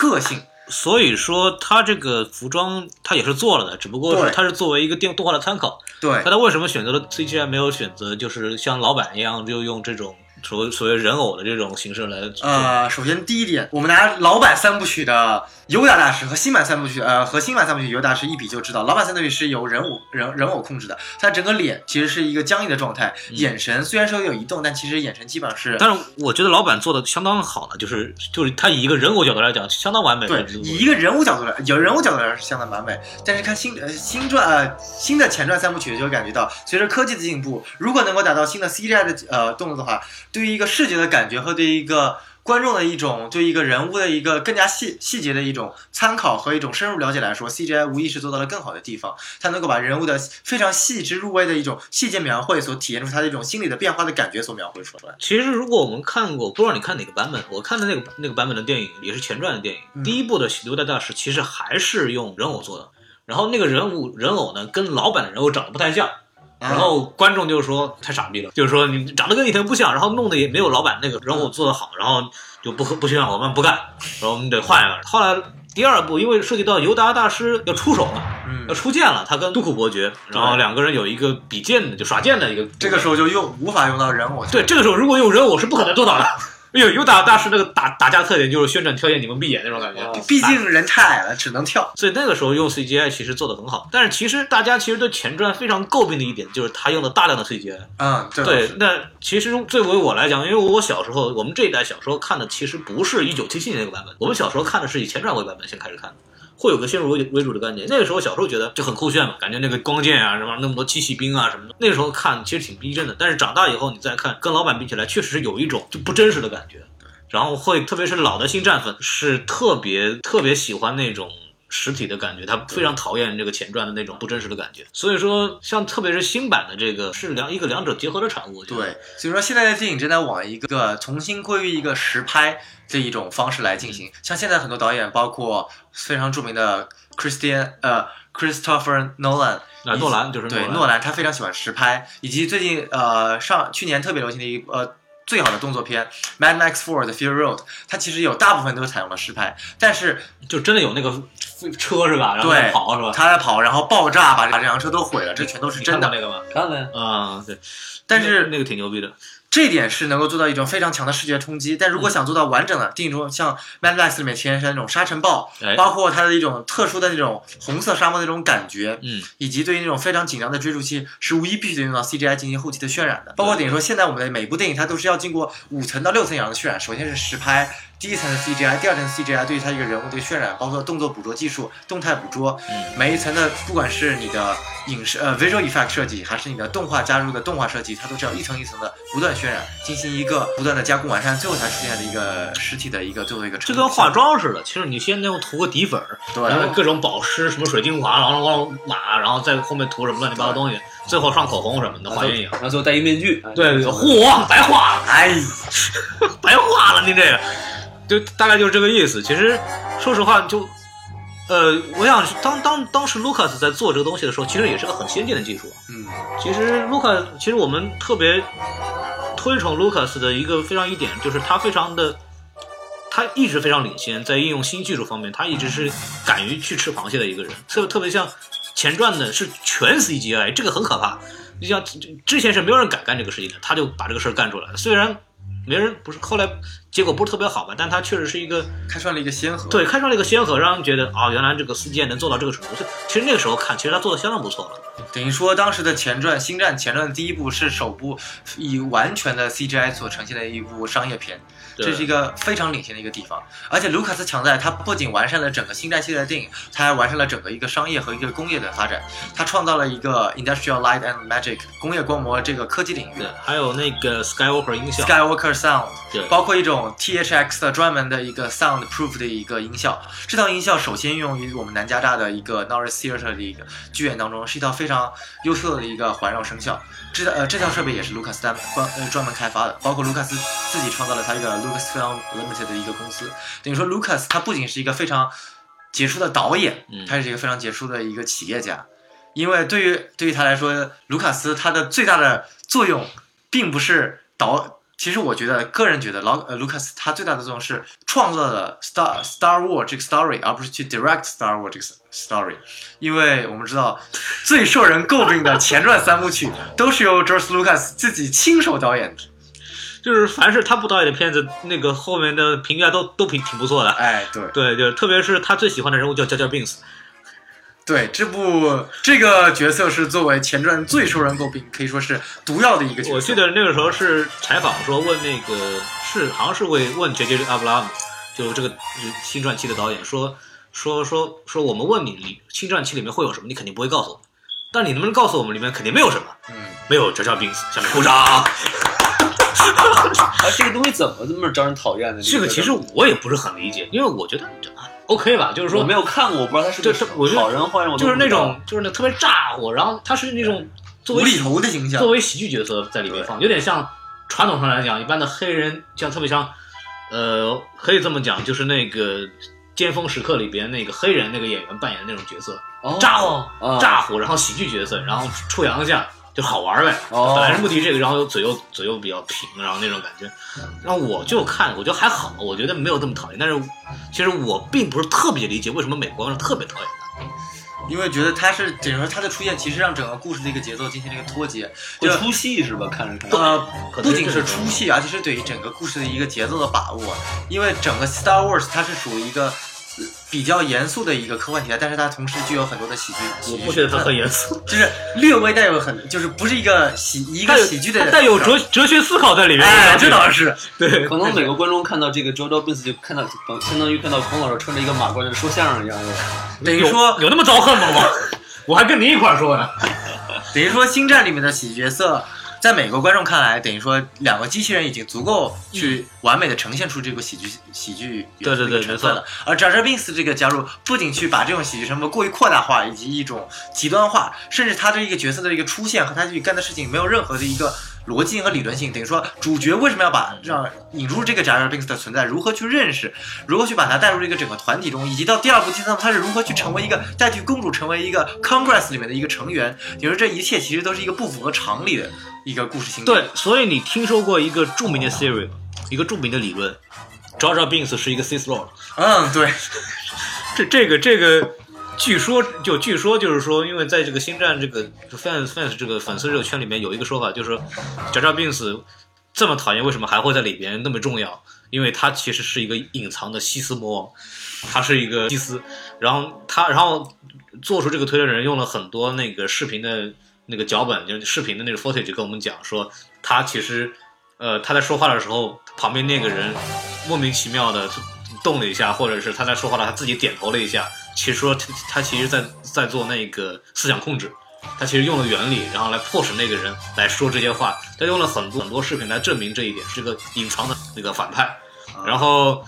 特个性。所以说他这个服装他也是做了的，只不过是对他是作为一个电动画的参考。对那他为什么选择了 CGI 没有选择就是像老板一样就用这种所谓所谓人偶的这种形式来？，呃，首先第一点，我们拿老版三部曲的尤达大师和新版三部曲，呃，和新版三部曲尤达大师一比就知道，老版三部曲是由人偶人人偶控制的，他整个脸其实是一个僵硬的状态，眼神虽然说有移动，但其实眼神基本上是。但是我觉得老板做的相当好了，就是就是他以一个人偶角度来讲，相当完美对了。，以一个人物角度来，有人物角度来说是相当完美，但是看新呃新传呃新的前传三部曲就会感觉到，随着科技的进步，如果能够达到新的 CGI 的呃动作的话，对于一个视觉的感觉和对于一个观众的一种对一个人物的一个更加细细节的一种参考和一种深入了解来说，CGI 无疑是做到了更好的地方，它能够把人物的非常细致入微的一种细节描绘所体现出他的一种心理的变化的感觉所描绘出来。其实，如果我们看过，不知道你看哪个版本，我看的那个那个版本的电影也是前传的电影。嗯第一部的《喜多大大师》其实还是用人偶做的，然后那个人物人偶呢跟老版的人偶长得不太像，嗯然后观众就说太傻逼了，就是说你长得跟以前不像，然后弄得也没有老版那个人偶做的好，然后就不合不行，我们不干，然后我们得换一个。后来第二部因为涉及到尤达大师要出手了，嗯，要出剑了，他跟杜库伯爵，然后对两个人有一个比剑的，就耍剑的一个这个时候就用无法用到人偶， 对，这个时候如果用人偶是不可能做到的。哎呦，尤达大师那个打打架特点就是宣战挑眼，你们闭眼那种感觉。哦毕竟人太矮了，只能跳。所以那个时候用 CGI 其实做的很好，但是其实大家其实对前传非常诟病的一点就是他用了大量的 CGI。嗯，这倒对是，那其实对于我来讲，因为我小时候，我们这一代小时候看的其实不是一九七七年那个版本，我们小时候看的是以前传为版本先开始看的。会有个先入为为主的概念，那个时候小时候觉得就很酷炫嘛，感觉那个光剑啊，什么那么多机器兵啊什么的，那个时候看其实挺逼真的。但是长大以后你再看，跟老版比起来，确实有一种就不真实的感觉。然后会，特别是老的星战粉是特别特别喜欢那种实体的感觉，他非常讨厌这个前传的那种不真实的感觉。所以说，像特别是新版的这个是两一个两者结合的产物。我觉得对，所以说现在的电影正在往一个重新归于一个实拍这一种方式来进行。像现在很多导演，包括非常著名的 Christian 呃 Christopher Nolan，啊，诺兰就是对诺诺兰，他非常喜欢实拍，以及最近呃上去年特别流行的一部呃。最好的动作片《Mad Max 4 The Fury Road》，它其实有大部分都采用了实拍，但是就真的有那个车是吧？然后对跑是吧？他在跑，然后爆炸把两辆车都毁了，这全都是你真看过的。那个吗？看看啊，对，但是那那个挺牛逼的。这点是能够做到一种非常强的视觉冲击，但如果想做到完整的定义中，像《Mad Max》里面体现出来那种沙尘暴，哎包括它的一种特殊的那种红色沙漠的那种感觉，嗯，以及对于那种非常紧张的追逐期，是无一必须得用到 CGI 进行后期的渲染的。包括等于说，现在我们的每部电影它都是要经过五层到六层以上的渲染，首先是实拍，第一层是 CGI，第二层是 CGI 对于它一个人物的渲染，包括动作捕捉技术、动态捕捉，嗯每一层的不管是你的影视呃 visual effect 设计，还是你的动画加入的动画设计，它都是要一层一层的不断渲染，进行一个不断的加工完善，最后才出现的一个实体的一个最后一个成这品。跟化妆似的，其实你先用涂个底粉儿，对然后各种保湿，什么水精华，然后往马，然后在后面涂什么乱七八糟东西，最后上口红什么啊的，画阴影。然后最后戴一面具，哎对，嚯，白画了，哎，白画了，您这个，就大概就是这个意思。其实，说实话，就，呃，我想当当当时 Lucas 在做这个东西的时候，其实也是个很先进的技术。啊嗯，其实 Lucas，其实我们特别推崇 Lucas 的一个非常一点，就是他非常的，他一直非常领先，在应用新技术方面，他一直是敢于去吃螃蟹的一个人。特特别像前传的是全 CGI，这个很可怕。就像之前是没有人敢干这个事情的，他就把这个事儿干出来了。虽然没人不是后来结果不是特别好吧，但他确实是一个开创了一个先河。对，开创了一个先河，让人觉得啊、原来这个 CGI 能做到这个程度。其实那个时候看，其实他做的相当不错了。等于说，当时的前传《星战》前传的第一部是首部以完全的 CGI 所呈现的一部商业片，对这是一个非常领先的一个地方。而且卢卡斯强在，他不仅完善了整个《星战》系列的电影，他还完善了整个一个商业和一个工业的发展。他创造了一个 Industrial Light and Magic 工业光魔这个科技领域对，还有那个 Skywalker 音效。 ，Skywalker Sound，对包括一种 THX 的专门的一个 sound proof 的一个音效。这套音效首先运用于我们南加大的一个 Norris Theater 的一个剧院当中，是一套非常优秀的一个环绕声效。这套呃这套设备也是卢卡斯单专呃专门开发的，包括卢卡斯自己创造了他一个 Lucasfilm Limited 的一个公司。等于说卢卡斯他不仅是一个非常杰出的导演，他也是一个非常杰出的一个企业家。因为对于对于他来说，卢卡斯他的最大的作用并不是导，其实我觉得个人觉得老呃卢卡斯他最大的作用是创造了 Star Star War 这个 story，而不是去 direct Star War 这个 story。因为我们知道，最受人诟病的前传三部曲都是由 George Lucas 自己亲手导演的。就是凡是他不导演的片子，那个后面的评价都都挺挺不错的。哎，对对，就是特别是他最喜欢的人物叫 JJ Binks，对，这部这个角色是作为前传最受人诟病，可以说是毒药的一个角色。我记得那个时候是采访说问那个是好像是为问 JJ 阿布拉姆，就这个新传期的导演说说说说我们问你里新传期里面会有什么，你肯定不会告诉我们，但你能不能告诉我们里面肯定没有什么？嗯，没有 JJ Binks，下面鼓掌。啊，这个东西怎么这么招人讨厌呢？这个其实我也不是很理解，因为我觉得啊 OK 吧，就是我说没有看过，我不知道他是个这这我觉得好人坏人，我都就是不那知道种就是那特别咋呼，然后他是那种作无为厘头的形象作。为喜剧角色在里面放，有点像传统上来讲，一般的黑人像特别像，呃，可以这么讲，就是那个《尖峰时刻》里边那个黑人那个演员扮演的那种角色，哦咋呼啊咋呼，然后喜剧角色，然后出洋相就好玩呗。哦本来是目的这个，然后左右左右比较平，然后那种感觉。然后我就看，我觉得还好，我觉得没有这么讨厌。但是其实我并不是特别理解为什么美国观众特别讨厌他。因为觉得他是，等于说他的出现其实让整个故事的一个节奏进行了一个脱节，会就出戏是吧？看着啊看着，呃，可不能是仅这是个出戏，而且是对于整个故事的一个节奏的把握。因为整个 Star Wars 它是属于一个呃比较严肃的一个科幻题材，但是它同时具有很多的喜剧。喜我剧不觉得他成分很严肃，就是略微带有很，就是不是一个喜一个喜 剧的，带有哲哲学思考在里面。哎，这倒是对，可能美国观众看到这个 Joe Dobbins 就看到，相当于看到孔老师穿着一个马褂在说相声一样的。等于说有有那么遭恨吗？ 我我还跟你一块儿说呢。等于说《星战》里面的喜剧角色，在美国观众看来，等于说两个机器人已经足够去完美的呈现出这个喜剧喜剧元素的一个嗯对对对成分了。 而 j a r j a b i n s 这个加入，不仅去把这种喜剧成分过于扩大化以及一种极端化，甚至他这一个角色的一个出现和他去干的事情没有任何的一个。逻辑性和理论性，等于说主角为什么要把让引入这个 j a r j a b i n s 的存在，如何去认识，如何去把它带入这个整个团体中，以及到第二部、第三部，他是如何去成为一个代替公主成为一个 Congress 里面的一个成员。你说这一切其实都是一个不符合常理的一个故事情节。对，所以你听说过一个著名的 theory，一个著名的理论 j o j o Binks 是一个 Sith Lord。嗯， 对，这这个这个，据说就据说就是说，因为在这个星战这个 fans fans 这个粉丝这个圈里面有一个说法，就是说 j a j a Binks 这么讨厌，为什么还会在里边那么重要？因为他其实是一个隐藏的西斯魔王，他是一个西斯，然后他然后做出这个推的人用了很多那个视频的那个脚本，就是视频的那个 footage 跟我们讲说，他其实呃他在说话的时候，旁边那个人莫名其妙的动了一下，或者是他在说话了，他自己点头了一下，其实说他他其实在在做那个思想控制，他其实用了原理，然后来迫使那个人来说这些话，他用了很多很多视频来证明这一点，是个隐藏的那个反派，然后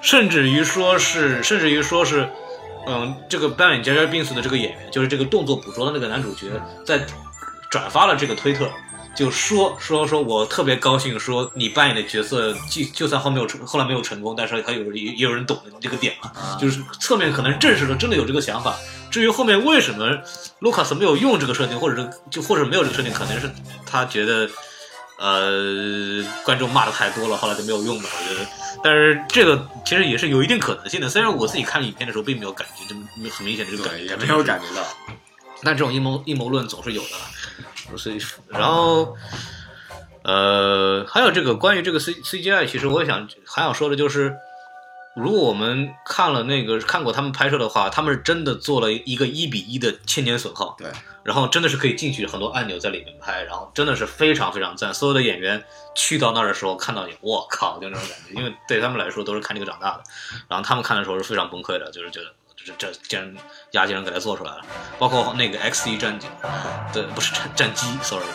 甚至于说是甚至于说是。嗯，这个扮演 j a j a b i n s 的这个演员，就是这个动作捕捉的那个男主角，在转发了这个推特，就说说说我特别高兴，说你扮演的角色，就就算后面有成，后来没有成功，但是还有人也也有人懂这个点了，就是侧面可能证实了真的有这个想法。至于后面为什么卢卡斯没有用这个设定，或者是就或者没有这个设定，可能是他觉得。呃，观众骂的太多了，后来就没有用了。我觉得，但是这个其实也是有一定可能性的。虽然我自己看影片的时候并没有感觉这么很明显的这个感觉，也没有感觉到。但这种阴谋阴谋论总是有的啦，所以然后呃，还有这个关于这个 C C G I，其实我也想还想说的就是，如果我们看了那个看过他们拍摄的话，他们是真的做了一个一比一的千年损耗，对，然后真的是可以进去很多按钮在里面拍，然后真的是非常非常赞。所有的演员去到那儿的时候看到你，我靠，就那种感觉，因为对他们来说都是看这个长大的，然后他们看的时候是非常崩溃的，就是觉得。这这竟然亚竟然给他做出来了，包括那个 X 一战警，对，不是战战机，sorry，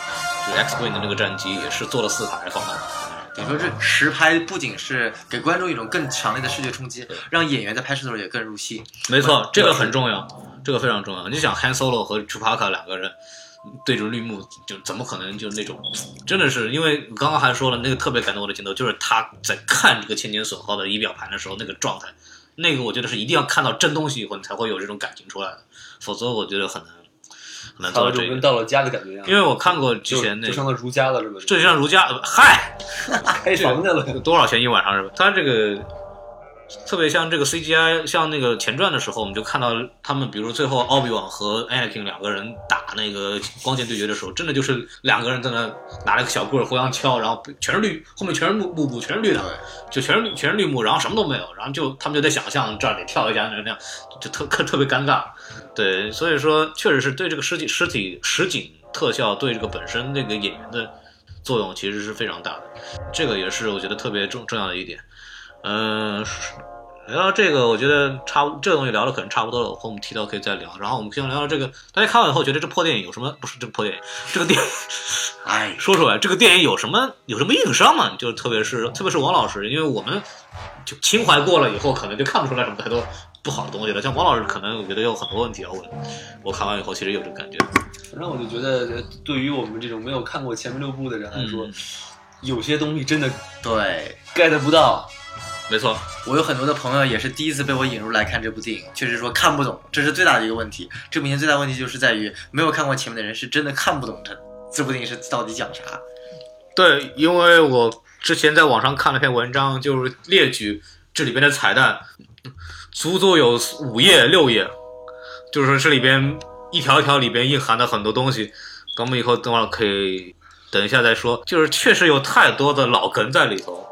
就是 X Wing 的那个战机也是做了四台放在那儿。等于说这实拍不仅是给观众一种更强烈的视觉冲击，让演员在拍摄的时候也更入戏。没错嗯，这个很重要，这个非常重要。你想 Han Solo 和 Chewbacca 两个人对着绿幕，就怎么可能就那种？真的是因为刚刚还说了那个特别感动我的镜头，就是他在看这个千年损耗的仪表盘的时候那个状态，那个我觉得是一定要看到真东西以后你才会有这种感情出来的，否则我觉得很难很难到做了到就这一点。跟到了家的感觉一样，因为我看过之就前那就个成，了儒家了是吧？这就像儒家，呃嗨，开房去了， 多少钱一晚上是吧？他这个特别像这个 CGI，像那个前传的时候，我们就看到他们，比如最后奥比王和 Anakin 两个人打那个光剑对决的时候，真的就是两个人在那拿了个小棍儿互相敲，然后全是绿，后面全是幕幕布，全是绿的，就全是绿全是绿幕，然后什么都没有，然后就他们就在想象这里跳一下那样，就特特特别尴尬。对，所以说确实是对这个实体实体实景特效对这个本身那个演员的作用其实是非常大的。这个也是我觉得特别重重要的一点。嗯、呃聊到这个，我觉得差不这个东西聊的可能差不多了，后面提到可以再聊。然后我们先聊聊这个，大家看完以后觉得这破电影有什么？不是这破电影，这个电影，哎，说出来这个电影有什么有什么硬伤嘛？就特别是特别是王老师，因为我们就情怀过了以后，可能就看不出来什么太多不好的东西了。像王老师，可能我觉得有很多问题啊。我我看完以后，其实有这个感觉。反正我就觉得，对于我们这种没有看过前面六部的人来说，嗯有些东西真的对 get 不到。没错，我有很多的朋友也是第一次被我引入来看这部电影，确实说看不懂，这是最大的一个问题。这部影片最大问题就是在于没有看过前面的人是真的看不懂这这部电影是到底讲啥。对，因为我之前在网上看了篇文章，就是列举这里边的彩蛋，足足有五页六页，就是说这里边一条一条里边蕴含的很多东西，咱们以后等会儿可以等一下再说。就是确实有太多的老梗在里头，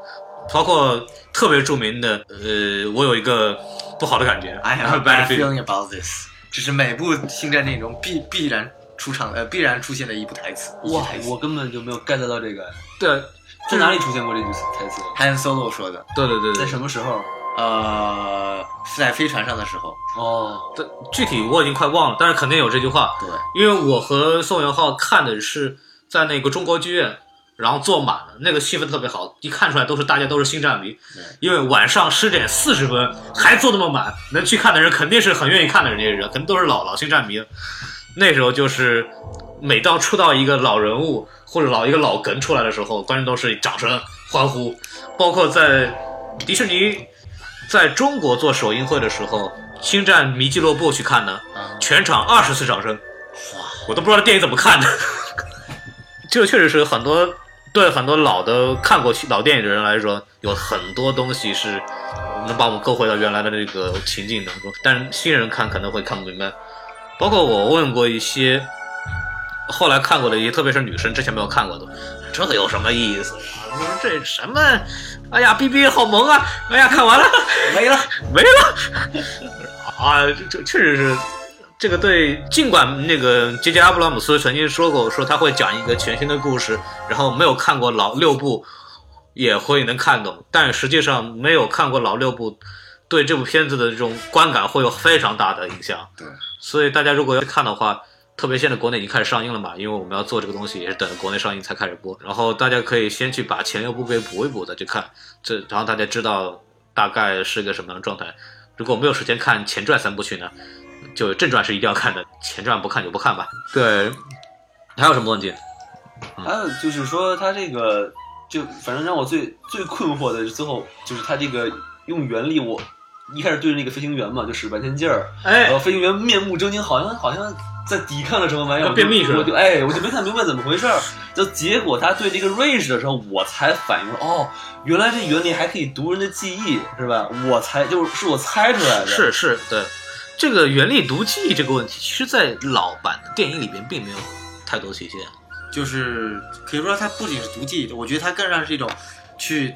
包括特别著名的，呃，我有一个不好的感觉哎 I have a bad Battlefield feeling about this。这是每部星战电影中必必然出场呃必然出现的一部台词。一句哇台，词我根本就没有 get 到这个，对在哪里出现过这句台词？ Han Solo 说的，对对对在对，什么时候？呃，是在飞船上的时候，哦，对具体我已经快忘了，但是肯定有这句话。对，因为我和宋元浩看的是在那个中国剧院，然后坐满了，那个气氛特别好，一看出来都是大家都是星战迷对。因为晚上十点四十分还坐那么满，能去看的人肯定是很愿意看的人，这些人肯定都是老老星战迷。那时候就是每当出到一个老人物或者老一个老梗出来的时候，观众都是掌声欢呼，包括在迪士尼在中国做首映会的时候，星战迷俱乐部去看的，啊、全场二十次掌声，我都不知道这电影怎么看的。 这个确实是很多对很多老的看过去老电影的人来说，有很多东西是能把我们勾回到原来的这个情境当中，但是新人看可能会看不明白。包括我问过一些后来看过的，也特别是女生之前没有看过的，这个有什么意思呀？我说这什么？哎呀，B B 好萌啊！哎呀，看完了。没了。没了。啊，这这确实是这个对。尽管那个杰杰阿布拉姆斯曾经说过，说他会讲一个全新的故事，然后没有看过老六部也会能看懂，但实际上没有看过老六部，对这部片子的这种观感会有非常大的影响。对，所以大家如果要看的话。特别现在国内已经开始上映了嘛，因为我们要做这个东西也是等着国内上映才开始播，然后大家可以先去把前六部给补一补再去看，这然后大家知道大概是个什么样的状态。如果没有时间看前传三部曲呢，就正传是一定要看的，前传不看就不看吧。对，还有什么问题？哦还有就是说他这个，就反正让我最最困惑的是最后就是他这个用原力，我一开始对着那个飞行员嘛，就使半天劲儿，然哎，后飞行员面目狰狞，好像好像在抵抗着什么玩意儿，要便秘我似的就我就哎，我就没看明白怎么回事儿。就结果他对这个 rage 的时候，我才反应过来，哦，原来这原理还可以读人的记忆，是吧？我才就是是我猜出来的，是是，对，这个原力毒记这个问题，其实在老版的电影里边并没有太多体现。就是可以说它不仅是毒剂，我觉得它更像是一种去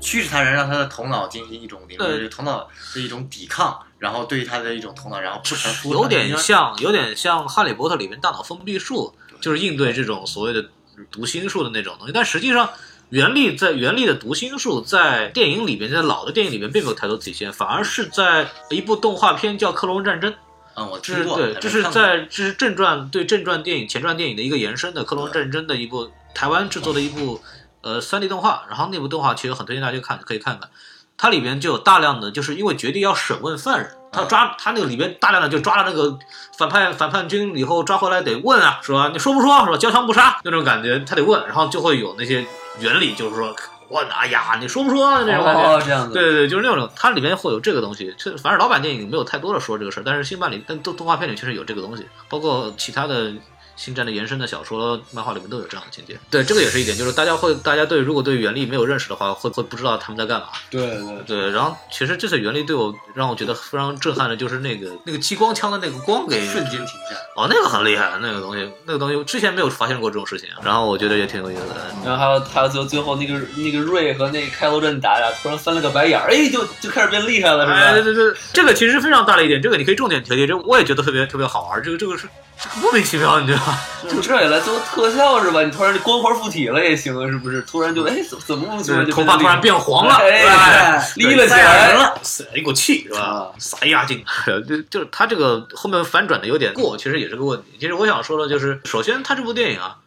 驱使他人，让他的头脑进行一种，比如对说头脑的一种抵抗，然后对他的一种头脑，然后不传输。有点像，有点像《哈利波特》里面大脑封闭术，就是应对这种所谓的读心术的那种东西。但实际上，原力在原力的读心术在电影里边，在老的电影里面并没有太多体现，反而是在一部动画片叫《克隆战争》，嗯，我这听是过，对，但这没是看过在这是正传对正传电影前传电影的一个延伸的《克隆战争》的一部台湾制作的一部呃三 D 动画，然后那部动画其实很推荐大家去看，可以看看。它里边就有大量的，就是因为决定要审问犯人，嗯他抓他那个里边大量的就抓了那个反叛反叛军以后抓回来得问啊，是吧？你说不说是吧？交枪不杀那种感觉，他得问，然后就会有那些原理，就是说问，哎呀，你说不说啊那种感觉。哦，这样子，对对对，就是那种，它里面会有这个东西。这反正老版电影没有太多的说这个事儿，但是新版里，但动动画片里确实有这个东西，包括其他的星战的延伸的小说、漫画里面都有这样的情节。对，这个也是一点，就是大家会，大家对如果对原力没有认识的话，会会不知道他们在干嘛。对对对，然后其实这次原力对我让我觉得非常震撼的就是那个那个激光枪的那个光给瞬间停下。哦，那个很厉害，那个东西，那个东西我之前没有发现过这种事情，啊然后我觉得也挺有意思的。然后还有还有最后最后那个那个瑞和那个开罗镇打打，突然翻了个白眼儿，哎，就就开始变厉害了，是吧？哎，对对对，这个其实非常大的一点，这个你可以重点提提，这我也觉得特别特别好玩，这个这个是这个莫名其妙，你知道 就这也来做特效是吧？你突然就光环附体了也行啊，是不是？突然就哎，怎么怎么突然就头发突然变黄了，哎哎立了起来了，塞一口气是吧啊？撒压 劲，就就是他这个后面反转的有点过，其实也是个问题。其实我想说的就是，首先他这部电影啊，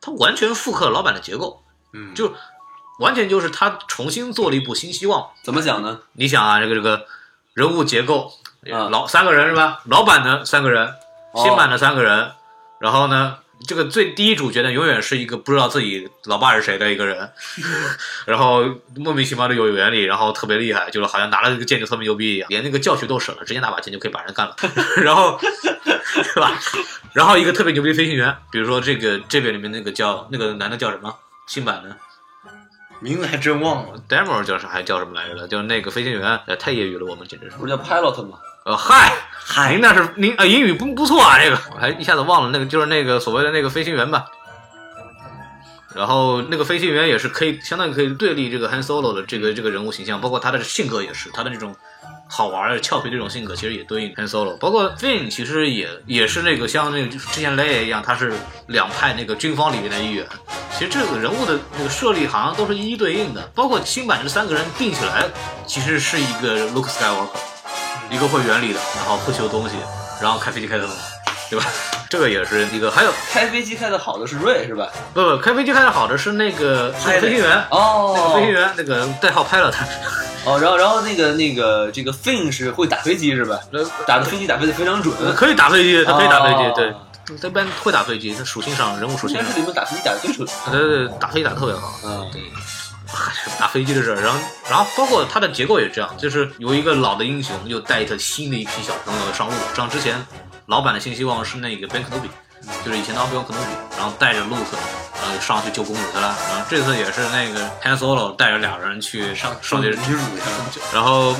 他完全复刻老版的结构，嗯就完全就是他重新做了一部《新希望》。怎么讲呢？你想啊，这个这个人物结构，啊老三个人是吧？老版的三个人，哦新版的三个人，然后呢，这个最第一主角呢，永远是一个不知道自己老爸是谁的一个 人，然后莫名其妙的有原理，然后特别厉害，就是好像拿了这个剑就特别牛逼一样，连那个教学都省了，直接拿把剑就可以把人干了， 然后是吧？然后一个特别牛逼的飞行员，比如说这个这边里面那个叫那个男的叫什么？新版的名字还真忘了。 demo 叫啥？还叫什么来着的？就是那个飞行员，呃，太业余了，我们简直是。不是叫 pilot 吗？呃，嗨，嗨您，那是您呃英语不不错啊，这个我还一下子忘了那个就是那个所谓的那个飞行员吧。然后那个飞行员也是可以相当于可以对立这个 Han Solo 的这个这个人物形象，包括他的性格也是，他的那种好玩儿俏皮的这种性格，其实也对应 Han Solo。包括 Finn 其实也也是那个像那个之前雷也一样，他是两派那个军方里面的一员。其实这个人物的那个设立好像都是一一对应的，包括新版这三个人并起来，其实是一个 Luke Skywalker。一个会原理的，然后会修东西，然后开飞机开得很好，对吧？ 这个也是一个，还有开飞机开的好的是瑞是吧？不不，开飞机开得好的是那个是个飞行员，哦飞行员那个代号拍了他，哦，然后然后那个那个这个 Finn 是会打飞机是吧？打的飞机打飞的非常准，可以打飞机，呃他可以打飞机，哦对，他一般会打飞机，他属性上人物属性应该上是，你们打飞机打的最准。对对对，打飞机打得特别好。嗯，打飞机的事儿，然后然后包括它的结构也这样，就是由一个老的英雄又带着新的一批小朋友上路。像之前老版的新希望是那个 Ben Kenobi，就是以前的 Ben Kenobi，然后带着 Luke，呃上去救公主去了。然后这次也是那个 Han Solo 带着俩人去上上去女主呀，然后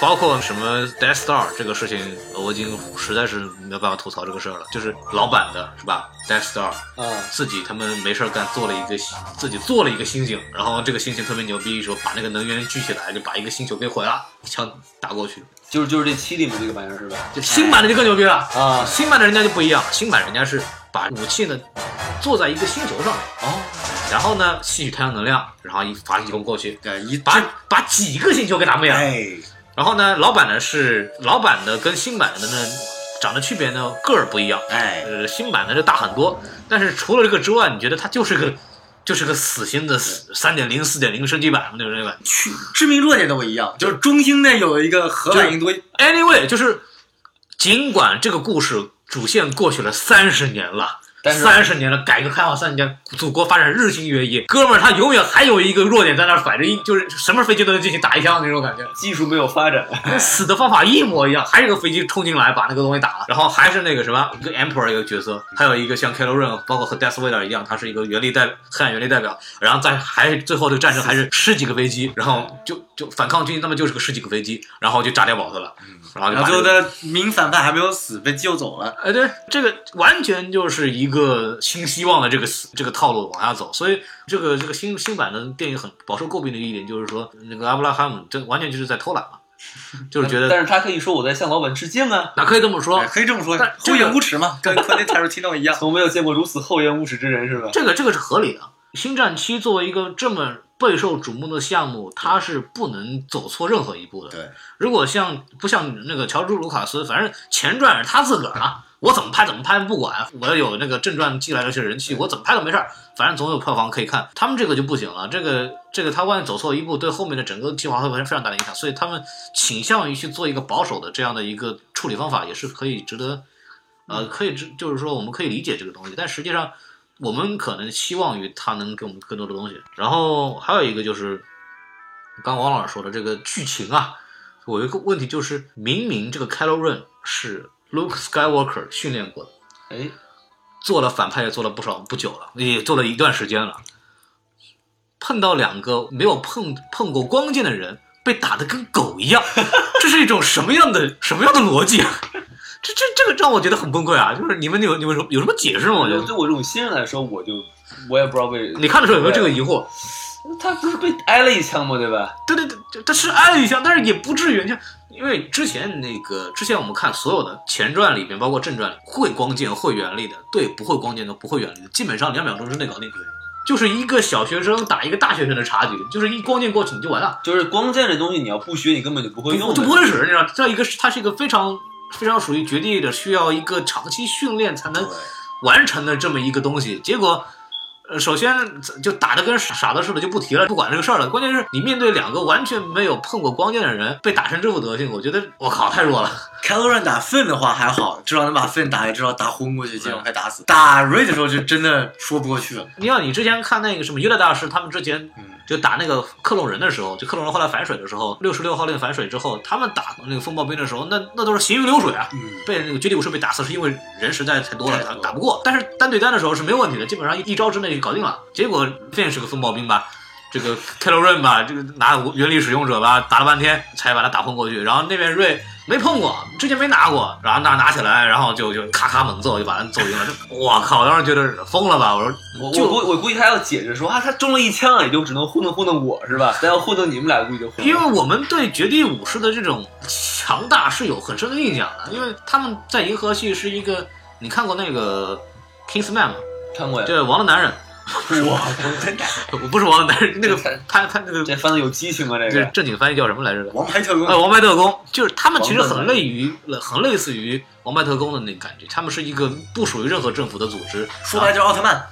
包括什么 Death Star 这个事情，我已经实在是没有办法吐槽这个事儿了。就是老版的是吧？Death Star，嗯，自己他们没事儿干做了一个自己做了一个星星，然后这个星星特别牛逼，说把那个能源聚起来，就把一个星球给毁了，一枪打过去。就是就是这七里面这个玩意儿是吧？就新版的就更牛逼了，啊，新版的人家就不一样，新版人家是把武器呢做在一个星球上面，哦，然后呢吸取太阳能量，然后一发一攻过去，对，一把把几个星球给打灭了。哎，然后呢，老版呢是老版的跟新版的呢长得区别呢个儿不一样，哎，呃，新版的就大很多。但是除了这个之外，你觉得它就是个就是个死心的三点零、四点零升级版那种那种感觉。去知名弱点都一样，就是中兴那有一个核反应堆， Anyway，就是尽管这个故事主线过去了三十年了。但是三十年了，改革开放三十年，祖国发展日新月异，哥们儿他永远还有一个弱点在那儿摆着，一就是什么飞机都能进去打一枪那种感觉。技术没有发展，跟死的方法一模一样，还是个飞机冲进来把那个东西打了，然后还是那个什么，一个 Emperor 一个角色，还有一个像 k a l o r e n 包括和 Death Vader 一样，他是一个原力代黑暗原力代表，然后再还最后这个战争还是十几个飞机，然后就就反抗军他们就是个十几个飞机，然后就炸碉堡去了，然后嗯就然把后这最后个的名反派还没有死，被救走了。哎，对，这个完全就是一个新希望的这个思这个套路往下走，所以这个这个新新版的电影很饱受诟病的一点就是说，那个阿布拉罕姆这完全就是在偷懒嘛，就是觉但得是他可以说我在向老板致敬啊，哪可以这么说哎，可以这么说但，这厚个颜无耻嘛， 跟昆汀·塔伦蒂诺一样。从没有见过如此厚颜无耻之人是吧？这个这个是合理的。星战七作为一个这么备受瞩目的项目，它是不能走错任何一步的。对，如果像不像那个乔治·卢卡斯，反正前传是他自个儿啊，我怎么拍怎么拍不管，我有那个正传寄来的这人气，我怎么拍都没事儿，反正总有票房可以看。他们这个就不行了，这个这个他万一走错一步，对后面的整个计划会非常大的影响，所以他们倾向于去做一个保守的这样的一个处理方法，也是可以值得。呃，可以知，就是说我们可以理解这个东西，但实际上我们可能期望于它能给我们更多的东西。然后还有一个就是，刚王老师说的这个剧情啊，我有一个问题就是，明明这个 c a l o r e n 是 Luke Skywalker 训练过的，哎，做了反派也做了不少不久了，也做了一段时间了，碰到两个没有碰碰过光剑的人，被打得跟狗一样，这是一种什么样的什么样的逻辑啊？这这这个让我觉得很崩溃啊！就是你们有你们有什么有什么解释吗？我觉对得对我这种新人来说，我就我也不知道为你看的时候有没有这个疑惑？他不是被挨了一枪吗？对吧？对对对，这这是挨了一下，但是也不至于。你看因为之前那个之前我们看所有的前传里面，包括正传里，会光剑会原力的，对不会光剑的不会原力的，基本上两秒钟之内搞定。对，就是一个小学生打一个大学生的差距，就是一光剑过去你就完了，就是光剑这东西，你要不学，你根本就不会就用的。就不会使。你知道，这一个是它是一个非常非常属于绝地的，需要一个长期训练才能完成的这么一个东西。结果，呃，首先就打的跟傻子似的，就不提了，不管这个事儿了。关键是你面对两个完全没有碰过光剑的人，被打成这副德行，我觉得我靠太弱了。开头让打 Fin 的话还好，至少能把 Fin 打，至少打昏过去，结果快打死。打 Ray 的时候就真的说不过去了。你要你之前看那个什么约旦大师，他们之前嗯就打那个克隆人的时候，就克隆人后来反水的时候，六十六号令反水之后，他们打那个风暴兵的时候，那那都是行云流水啊。嗯，被那个绝地武士被打死，是因为人实在太多了，太多打了打不过。但是单对单的时候是没有问题的，基本上一一招之内就搞定了。结果 Finn 是个风暴兵吧，这个 k l o r n 吧，这个拿原力使用者吧，打了半天才把他打昏过去。然后那边瑞没碰过，之前没拿过，然后拿拿起来，然后就就咔咔猛揍，就把人揍晕了。这我靠！我当时觉得疯了吧，我说我就我估我估计他要解释说啊，他中了一枪，也就只能糊弄糊弄我是吧？但要糊弄你们俩，估计就糊弄因为我们对绝地武士的这种强大是有很深的印象的，因为他们在银河系是一个，你看过那个 Kingsman 吗？看过呀。对，王的男人，嗯 我不是王的男人，那个潘潘那个这翻的有激情啊，这这个正经翻译叫什么来着？王牌特工呃，王牌特工就是他们其实很王牌特工类于很类似于王牌特工的那个感觉，他们是一个不属于任何政府的组织，说白了就是奥特曼。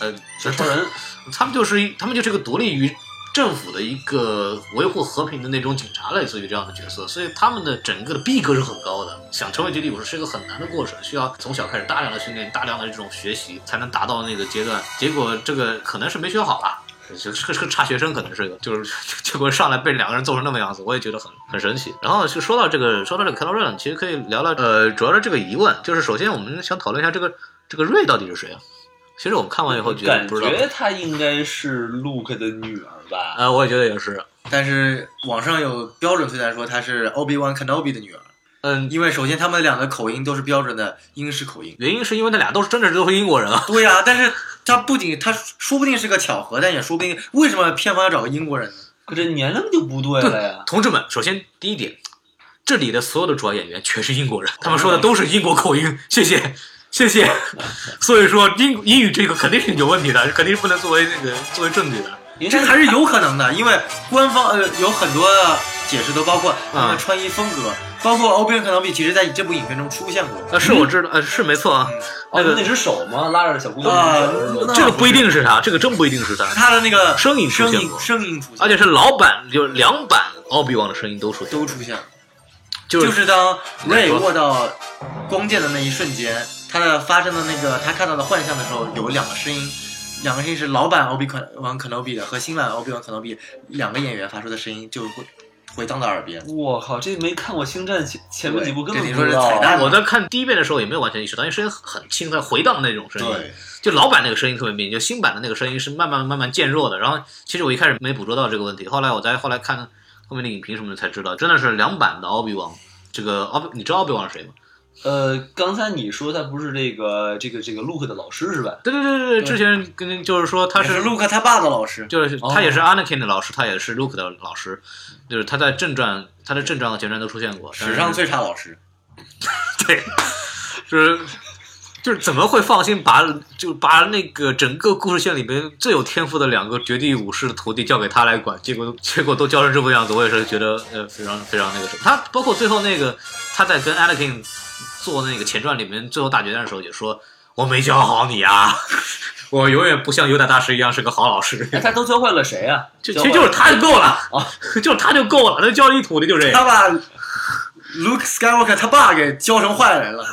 呃，小超人，他们就是一，他们就是一个独立于政府的一个维护和平的那种警察，类似于这样的角色，所以他们的整个的逼格是很高的。想成为绝地武士是一个很难的过程，需要从小开始大量的训练、大量的这种学习，才能达到那个阶段。结果这个可能是没学好吧。就是个是个差学生，可能是个，就是 结果上来被两个人揍成那么样子，我也觉得很很神奇。然后就说到这个，说到这个开罗润，其实可以聊聊呃，主要的这个疑问，就是首先我们想讨论一下这个这个瑞到底是谁啊？其实我们看完以后觉得感不知道，觉他应该是 Luke 的女儿吧？呃，我也觉得也是。但是网上有标准推断说她是 Obi Wan Kenobi 的女儿，嗯，因为首先他们俩的口音都是标准的英式口音。原因是因为那俩都是真的都是英国人啊。对呀、但是他不仅他说不定是个巧合，但也说不定为什么片方要找个英国人呢？可这年龄就不对了呀。同志们，首先第一点，这里的所有的主要演员全是英国人，他们说的都是英国口音，谢谢。谢谢， 所以说英英语这个肯定是有问题的，肯定是不能作为那个作为证据的。因为这还是有可能的，因为官方呃有很多的解释，都包啊括他们穿衣风格，包括欧比可能比，其实在这部影片中出现过。呃，是我知道，呃，是没错啊，那哦个那只手吗？拉着小姑娘啊的手是吧那这个不一定是他，这个真不一定是他，他的那个声音出声现音过，啊声音出现，而且是老版，就是两版奥比王的声音都出现，都出现了。就是就是当你来 Ray 说握到光剑的那一瞬间，他的发生的那个他看到的幻象的时候，有两个声音，两个声音是老版 Obi Wan Kenobi 的和新版 Obi Wan Kenobi 两个演员发出的声音，就会回荡到耳边。我靠，这没看过《星战》前前面几部，根本对这不你知说是道。彩蛋我在看第一遍的时候也没有完全意识到，因为声音很轻，它回荡的那种声音。对，就老版那个声音特别明显，就新版的那个声音是慢慢慢慢渐弱的。然后其实我一开始没捕捉到这个问题，后来我在后来看后面的影评什么的才知道，真的是两版的奥比王。这个奥比，你知道奥比王是谁吗？呃，刚才你说他不是这个这个这个 Luke 的老师是吧？对对对对对，之前跟就是说他他是是陆克他爸的老师，就是哦他也是 Anakin 的老师，他也是 Luke 的老师，就是他在正传、他的正传和前传都出现过。史上最差老师。对，就是就是怎么会放心把就把那个整个故事线里面最有天赋的两个绝地武士的徒弟交给他来管，结果结果都教成这副样子，我也是觉得呃非常非常那个什么。他包括最后那个他在跟 Anakin 做那个前传里面最后大决战的时候也说。我没教好你啊！ 我永远不像尤达大师一样是个好老师，哎，他都教坏了谁啊？就教其坏实就是他就够了哦，就是他就够了，他教了一徒弟就这 样。他把 Luke Skywalker 他爸给教成坏人了，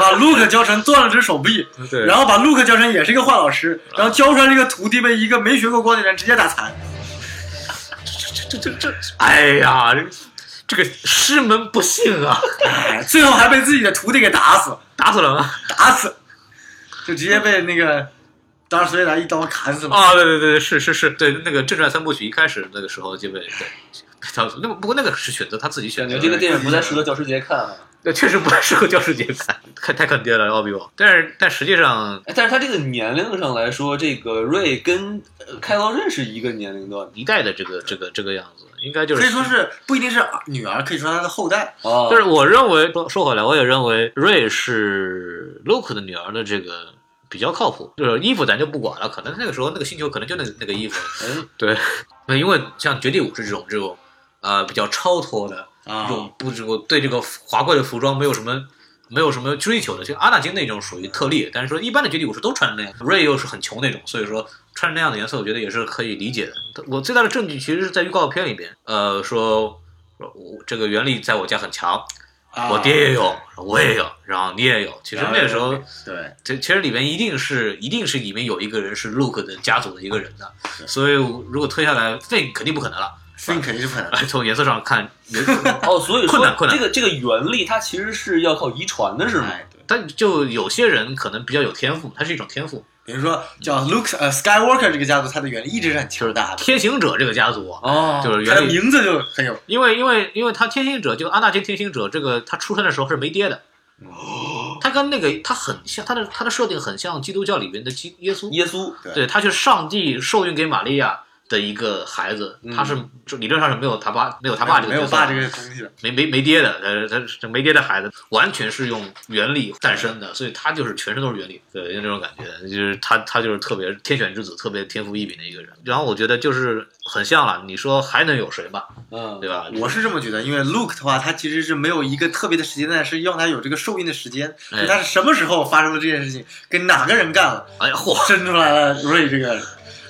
把 Luke 教成断了只手臂，对然后把 Luke 教成也是一个坏老师，啊然后教出来这个徒弟被一个没学过光剑的人直接打残。这这这，哎呀，这个师门不幸啊，哎，最后还被自己的徒弟给打死，打死了吗？啊打死，就直接被那个当时维达一刀砍死了。啊，对对对，是是是，对那个正传三部曲一开始那个时候就被对被他那么不过那个是选择他自己选感择的，觉这个电影不太适合教师节看啊。那确实不太适合教师节看，太太坑爹了奥比王。但是但实际上，哎但是他这个年龄上来说，这个瑞跟呃开刀刃是一个年龄段的一代的这个这个这个样子，应哦该就可是以说是不一定是女儿，可以说她的后代。哦但是我认为说说回来，我也认为瑞是 Luke 的女儿的这个比较靠谱。就是衣服咱就不管了，可能那个时候那个星球可能就那那个衣服。哎对，那因为像绝地武士这种这种呃比较超脱的啊这种不这个对这个华贵的服装没有什么没有什么追求的，就阿纳金那种属于特例，但是说一般的绝地武士都穿那样，瑞又是很穷那种，所以说穿那样的颜色，我觉得也是可以理解的。我最大的证据其实是在预告片里边，呃，说我这个原力在我家很强，啊我爹也有，我也有，然后你也有。其实那个时候，对，这其实里面一定是一定是里面有一个人是 Luke 的家族的一个人的，所以如果推下来，这肯定不可能了。 所以肯定是不可能的。从颜色上看，有可能哦，所以说困难困难这个这个原力它其实是要靠遗传的，是吗？哎，对，但就有些人可能比较有天赋，它是一种天赋。比如说叫 Luke 呃 Skywalker 这个家族，它的原力一直是很强大的，天行者这个家族啊，哦，就是它的原理，名字就很有因为因为因为他天行者，就阿纳金天行者，这个他出生的时候是没爹的。哦他跟那个他很像，他的他的设定很像基督教里面的基耶稣，耶稣对，他是上帝授予给玛利亚的一个孩子，他是就理论上是没有他爸，没有他爸这个嗯没有角色爸这个东西的。没没没爹的，呃，他是没爹的孩子，完全是用原力诞生的，所以他就是全身都是原力，对，就那种感觉，就是他他就是特别天选之子，特别天赋异禀的一个人。然后我觉得就是很像了，你说还能有谁吧，嗯，对吧？我是这么觉得，因为 Luke 的话，他其实是没有一个特别的时间段是让他有这个受孕的时间，哎就他是什么时候发生了这件事情，跟哪个人干了，哎呀， 嚯，生出来了瑞这个人。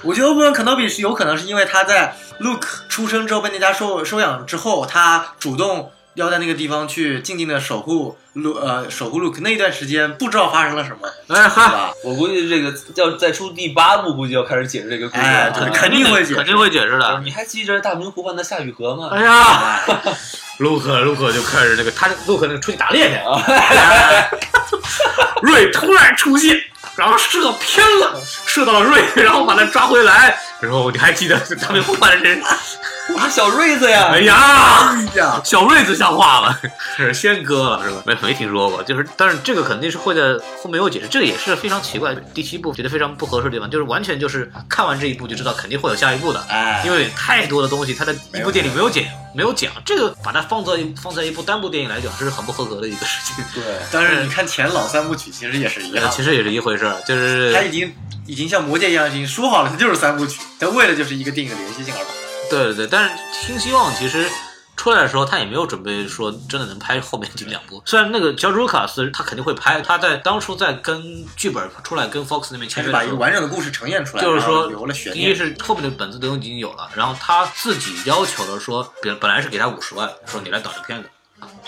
我觉得欧文肯诺比是有可能是因为他在 Luke 出生之后被那家收收养之后，他主动要在那个地方去静静的守护 Luke，呃，守护 Luke 那段时间不知道发生了什么，哎对哈， 吧？我估计这个要再出第八部，估计要开始解释这个故事了。哎，对，肯定会解肯定会解释就是的。你还记着大明湖畔的夏雨荷吗？啊 哎呀，陆克陆克就开始那个，他陆克那个出去打猎去啊， 瑞突然出现，然后射偏了，射到了瑞，然后把他抓回来。然后你还记得他们不管人？我是小瑞子呀哎！呀，释呀。小瑞子像话了。是仙哥了是吧？没没听说过，就是，但是这个肯定是会在后面有解释，这个也是非常奇怪，第七部觉得非常不合适的地方，就是完全就是看完这一部就知道肯定会有下一部的，哎，因为太多的东西它在一部电影里没有讲，没有讲，这个把它放在放在一部单部电影来讲，这是很不合格的一个事情，对，但是你看前老三部曲其实也是一样呃的，其实也是一回事儿，就他是已经已经像魔戒一样，已经说好了，它就是三部曲，他为了就是一个电影的连续性而拍。对对对，但是新希望其实。出来的时候，他也没有准备说真的能拍后面这两部。虽然那个乔治卢卡斯他肯定会拍，他在当初在跟剧本出来跟 Fox 那边他签是约把的一时个候，完整的故事呈现出来，就是说然后留了悬第一念。是后面的本子都已经有了，然后他自己要求的说，本本来是给他五十万，说你来导这片子，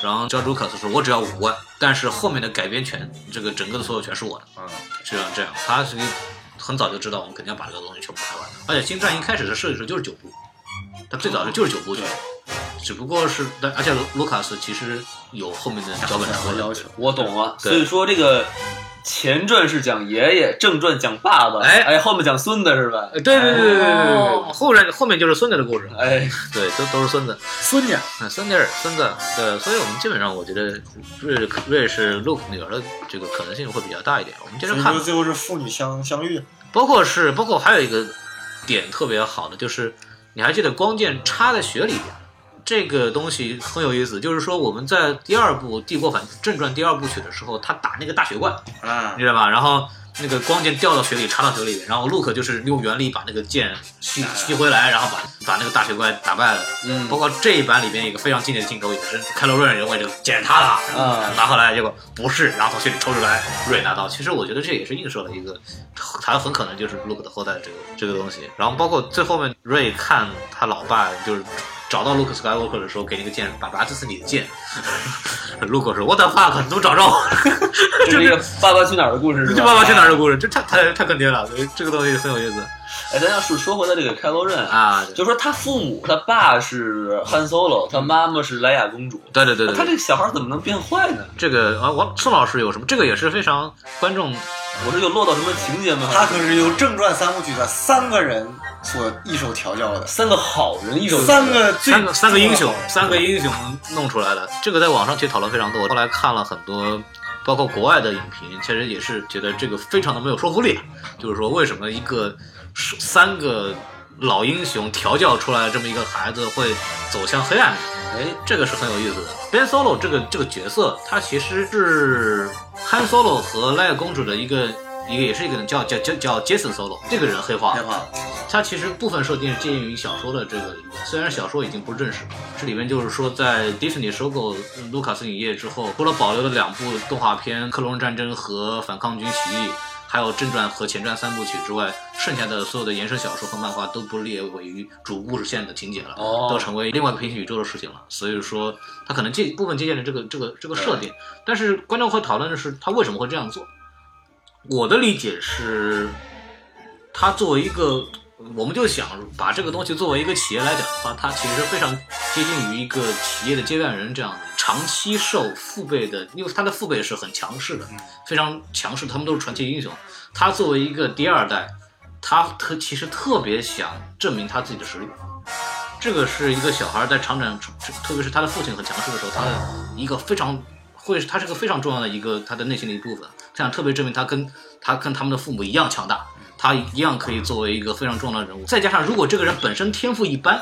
然后 George Lucas 说我只要五万，但是后面的改编权，这个整个的所有权是我的，嗯，这样这样，他是很早就知道我们肯定要把这个东西全部拍完，而且《星战》一开始的设计时候就是九部，他最早的就是九部曲，只不过是但而且卢卡斯其实有后面的脚本两说个的要求。我懂了。对所以说这个前传是讲爷爷，正传讲爸爸，哎哎，后面讲孙子是吧？呃对对对对对对对，后面后面就是孙子的故事，哎，对，都都是孙子。孙女，啊，孙女儿，孙子，对，所以我们基本上我觉得瑞瑞是 Luke 女儿的这个可能性会比较大一点。我们接着所以看说，最后是父女相相遇。包括是包括还有一个点特别好的，就是你还记得光剑插在雪里边这个东西很有意思，就是说我们在第二部《帝国反正传》第二部曲的时候，他打那个大雪怪，啊你，知道吧？然后那个光剑掉到雪里，插到雪里，然后 Luke 就是用原力把那个剑吸吸回来，然后把把那个大雪怪打败了。嗯包括这一版里边一个非常经典的镜头，也是开罗瑞认为这个剑是他的，啊拿回来，结果不是，然后从雪里抽出来，瑞拿到。其实我觉得这也是映射了一个，他很可能就是 Luke 的后代这个这个东西。然后包括最后面瑞看他老爸就是。找到 Luke Skywalker 的时候，给那个剑，爸爸，这是你的剑。Luke 说：“What the fuck？你怎么找着我？”这是一个爸爸去哪儿的故事是吧？这爸爸去哪儿的故事，这太太太坑爹了，所以这个东西很有意思哎，咱要是说回到这个开罗刃啊，啊。就说他父母，他爸是汉 Solo，他妈妈是莱雅公主。对对对对，他这个小孩怎么能变坏呢？这个啊，王宋老师有什么？这个也是非常观众我是有落到什么情节吗？他可是由正传三部曲的三个人所一手调教的，三个好人一手三个最三个三个英雄重要，的三个英雄弄出来的，这个在网上其实讨论非常多。我后来看了很多，包括国外的影评，其实也是觉得这个非常的没有说服力。就是说，为什么一个是三个老英雄调教出来的这么一个孩子会走向黑暗？哎，这个是很有意思的。Ben Solo 这个这个角色，他其实是 Han Solo 和 Leia 公主的一个一个，也是一个人叫叫叫叫 Jason Solo 这个人黑化了变。化了。它其实部分设定是借鉴于小说的这个，虽然小说已经不是正史，这里面就是说，在迪士尼收购嗯卢卡斯影业之后，除了保留了两部动画片《克隆战争》和《反抗军起义》，还有正传和前传三部曲之外，剩下的所有的延伸小说和漫画都不列为于主故事线的情节了，哦都成为另外一个平行宇宙的事情了。所以说，它可能借部分借鉴了这个这个这个设定，但是观众会讨论的是他为什么会这样做。我的理解是，它作为一个，我们就想把这个东西作为一个企业来讲的话，它其实非常接近于一个企业的接班人这样的长期受父辈的，因为他的父辈是很强势的，非常强势，他们都是传奇英雄。他作为一个第二代，他特其实特别想证明他自己的实力。这个是一个小孩在成长，特别是他的父亲很强势的时候，他的一个非常会，他是个非常重要的一个他的内心的一部分。他想特别证明他跟他跟他们的父母一样强大，他一样可以作为一个非常重要的人物。再加上如果这个人本身天赋一般，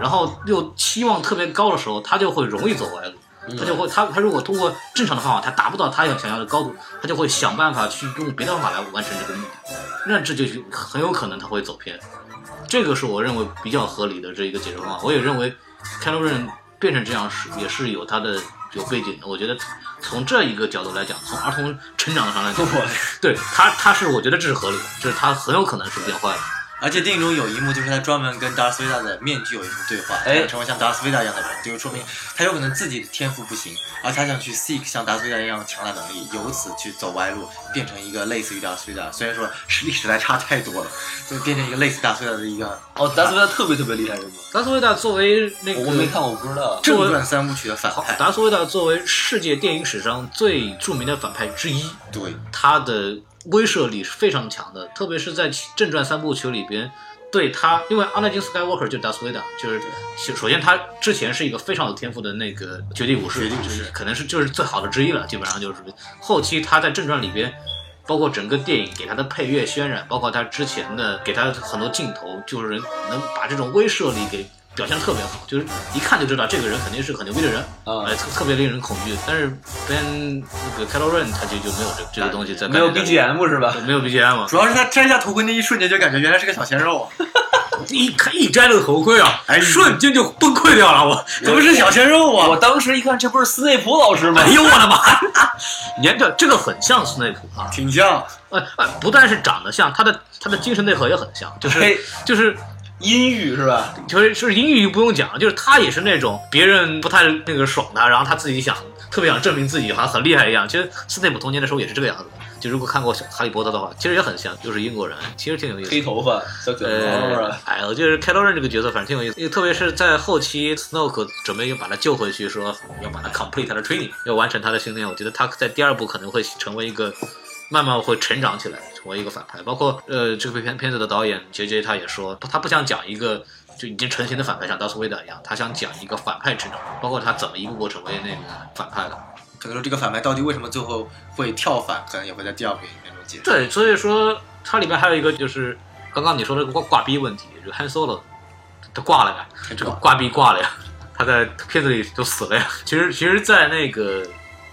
然后又期望特别高的时候，他就会容易走歪路。他就会，他他如果通过正常的方法，他达不到他要想要的高度，他就会想办法去用别的方法来完成这个目的，那这就很有可能他会走偏。这个是我认为比较合理的这一个解决方法。我也认为开路人变成这样是也是有他的有背景的。我觉得从这一个角度来讲，从儿童成长上来讲，对他他是我觉得这是合理的，这是他很有可能是变坏的。而且电影中有一幕就是他专门跟达斯维达的面具有一幕对话，哎想成为像达斯维达一样的人，就是说明他有可能自己的天赋不行，而他想去 seek 像达斯维达一样的强大能力，由此去走歪路，变成一个类似于达斯维达，虽然说实力实在差太多了，就变成一个类似达斯维达的一个哦，达斯维达特别特别厉害是吗？达斯维达作为那个我没看，我不知道。正传三部曲的反好派。达斯维达作为世界电影史上最著名的反派之一，对，他的威慑力是非常强的，特别是在正传三部曲里边，对他，因为阿拉金 Skywalker 就是达斯维达，就是首先他之前是一个非常有天赋的那个绝地武绝士，地武士可能是就是最好的之一了，基本上就是后期他在正传里边。包括整个电影给他的配乐渲染，包括他之前的给他很多镜头，就是能把这种威慑力给表现得特别好，就是一看就知道这个人肯定是很牛逼的人，啊哎，特特别令人恐惧。但是 Ben 那个 c a r o l Ren 他就就没有这这个东西在，没有 BGM 是吧？没有 BGM 嘛？主要是他摘下头盔那一瞬间就感觉原来是个小鲜肉，啊一看一摘了头盔啊，哎瞬间就崩溃掉了我。怎么是小鲜肉啊？我当时一看，这不是斯内普 老师吗哎？呦我的妈！你看这这个很像斯内普啊，挺像，呃呃，不但是长得像，他的他的精神内核也很像，就是嘿就是阴郁是吧？就是就是英语不用讲，就是他也是那种别人不太那个爽他，然后他自己想特别想证明自己好像很厉害一样。其实斯内普童年的时候也是这个样子的，就如果看过《哈利波特》的话，其实也很像，就是英国人，其实挺有意思的。黑头发，小卷毛是呃吧？，哎，我就是开刀刃这个角色，反正挺有意思，因为特别是在后期 Snoke 准备又把他救回去，说要把他 complete 他的 training，要完成他的训练。我觉得他在第二部可能会成为一个慢慢会成长起来，成为一个反派。包括呃，这个片片子的导演 J J 他也说，他不想讲一个就已经成型的反派，像达斯维达一样，他想讲一个反派成长，包括他怎么一步步成为那个反派的。可能说这个反派到底为什么最后会跳反，可能也会在第二部影片中解释。对，所以说它里面还有一个就是刚刚你说的挂挂逼问题，就 Han Solo 他挂了呀，这个挂逼挂了呀，他在片子里就死了呀。其实其实，在那个，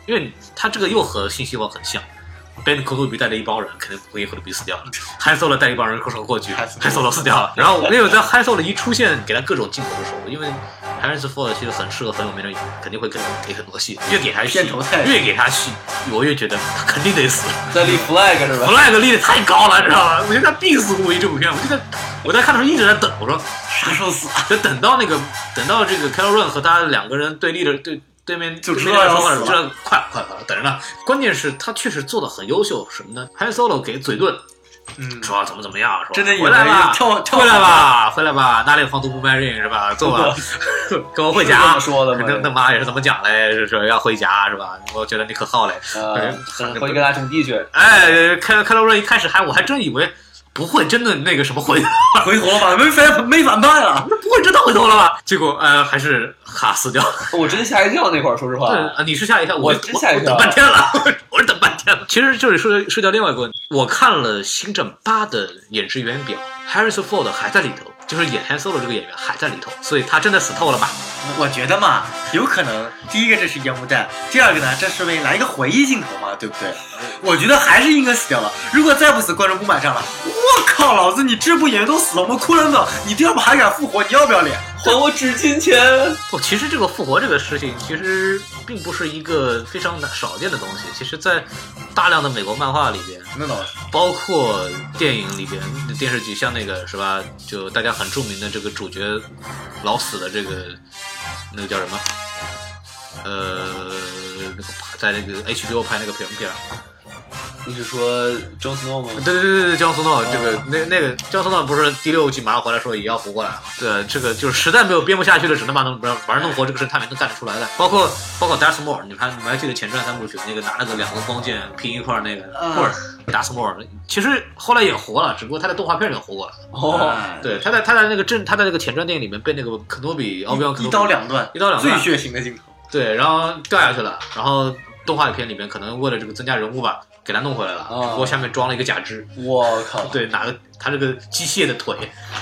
因为他这个又和信息化很像。Ben 口吐鼻带着一帮人，肯定不会口吐鼻死掉了。Han Solo 带一帮人过手过去 Han ，Han Solo 死掉了。然后那个在 Han Solo 一出现，给他各种镜头的时候，因为 Harrison Ford 其实很适合很有名的演员，肯定会给他给很多戏。越给他戏片头太，越给他戏，我越觉得他肯定得死。在立 flag 是吧？ flag 立的太高了，知道吧？我觉得他必死无疑这部片，我就在我在看的时候一直在等，我说 啥时候死？就等到那个等到这个 c a r o l Run 和他两个人对立的对。对面就知对道面要说话的时候死知了道快了快了快了，等着呢。关键是他确实做的很优秀，什么呢？Han Solo 给嘴遁，嗯，说怎么怎么样，说真的以回来为吧，跳跳回来吧，回来吧，哪里有皇族不卖命是吧？坐吧，跟我回是这家么。说的 吗？那那妈也是怎么讲嘞？是说要回家是吧？我觉得你可好嘞。啊，回去跟他种地去。哎，开开罗瑞一开始还我还真以为不会真的那个什么回，回头了吧？没反没反派了， 不会真的回头了吧？结果呃还是哈死掉了。我真吓一跳那会儿，说实话对，啊，你是吓一跳，我我真吓一我跳等半天 了，我是等半天了。其实就是涉涉及到另外一个问题，我看了《星战八》的演职员表，Harrison Ford 还在里头，就是演 Han Solo 这个演员还在里头，所以他真的死透了吧？我觉得嘛，有可能第一个这是烟雾弹，第二个呢，这是为来一个回忆镜头嘛，对不对？我觉得还是应该死掉了。如果再不死，观众不买账了。我靠，老子你这部演员都死了，我们哭人等，你第二部还敢复活，你要不要脸？还我纸巾钱。不，哦其实这个复活这个事情，其实并不是一个非常少见的东西。其实，在大量的美国漫画里边，那倒是，包括电影里边、电视剧，像那个是吧？就大家很著名的这个主角老死的这个，那个叫什么？呃，那个在那个 HBO 拍那个片片儿，你是说 Jon Snow 吗？ 对对对对对，江苏诺这个那那个江苏诺不是第六季马上回来说也要活过来了吗？对，这个就是实在没有编不下去了，只能把弄把把人弄活，这个事他们能干得出来的。 包括包括 Darth Maul，你们还你们还记得前传三部曲那个拿那个两个光剑拼一块儿那个，啊或者 Darth Maul，其实后来也活了，只不过他在动画片里活过了。哦，对，他在他在那个正他在那个前传电影里面被那个肯诺比奥比奥肯一诺比刀两断，嗯一刀两最断，血腥的镜头。对，然后掉下去了，然后动画片里面可能为了这个增加人物吧，给他弄回来了，啊只不过下面装了一个假肢。我靠，对，哪个他这个机械的腿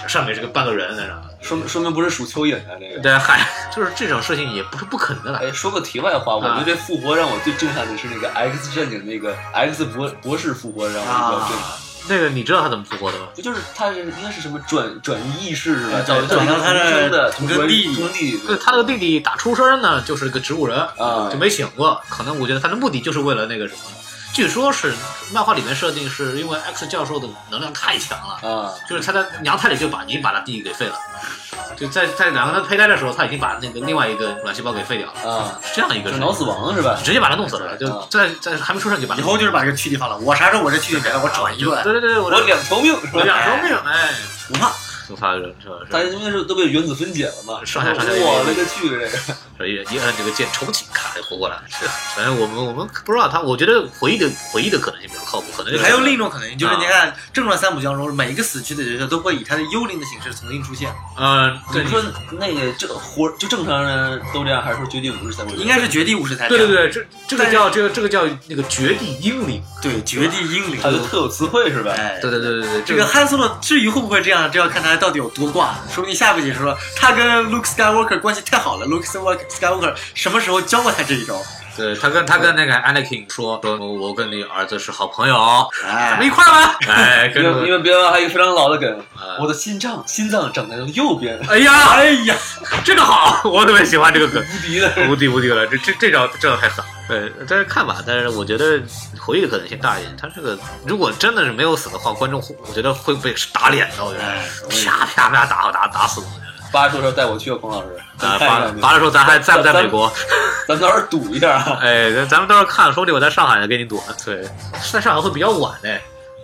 上面是个半个人在那，说明说明不是属蚯蚓啊，这个。对，嗨，就是这种事情也不是不可能的哎，了。说个题外话，我啊觉得这复活让我最震撼的是那个 X 战警那个 X 博博士复活让我比较震撼，那个你知道他怎么复活的吗？不就是他是应该是什么转转移意识是吧？哎对转转移到他的重生的同根地同根地，对，他那个弟弟打出生呢，就是个植物人啊就没醒过。可能我觉得他的目的就是为了那个什么，据说是漫画里面设定是因为 X 教授的能量太强了，啊，就是他在娘胎里就把已经把他弟弟给废了，就在在两个他胚胎的时候，他已经把那个另外一个卵细胞给废掉了，啊，是这样一个就事情是脑死亡是吧？直接把他弄死了，就啊在在还没出生就把以他弄死了后就是把这个躯体放了，我啥时候我这躯体 没了，我转一段，对对对， 我我两条命是吧？两条命，哎，不怕。就怕人是吧？ 大家因为是都被原子分解了嘛，上下上下我勒个去，这个所以一按这个键，重启卡就活过来了。是，反正我们我们不知道他，我觉得回忆的回忆的可能性比较靠谱，可能还有另一种可能性，啊就是你看正传三部当中，每一个死去的角色都会以他的幽灵的形式重新出现，嗯，对你说那个这活就正常人都这样，还是说绝地武士才会？应该是绝地武士才对这对样对，这这个叫这个这个叫那个绝地英灵，对绝地英灵他。的特有词汇是吧？哎，对对对对对，这个汉斯勒至于会不会这样，这要看他到底有多挂。说不定下部解说他跟 Luke Skywalker 关系太好了，Luke Skywalker 什么时候教过他这一招？对他跟他跟那个 Anakin 说说，我跟你儿子是好朋友，咱们哎一，块吧。哎，因跟为因为别忘了还有一个非常老的梗，啊我的心脏心脏长在右边，哎呀哎呀，这个好， 我特别喜欢这个梗。无敌的。无敌无敌了，这这这招这招太狠。对，但是看吧，但是我觉得回忆的可能性大一点。他这个如果真的是没有死的话，观众会我觉得会被打脸的，我觉得哎啪啪啪打打打死我觉得。八叔说带我去吧，孔老师，啊，看一拔看拔的时候咱还在 不在美国？咱们到时候赌一下啊。哎，咱咱们到时候看，说不定我在上海给你躲。对，在上海会比较晚嘞，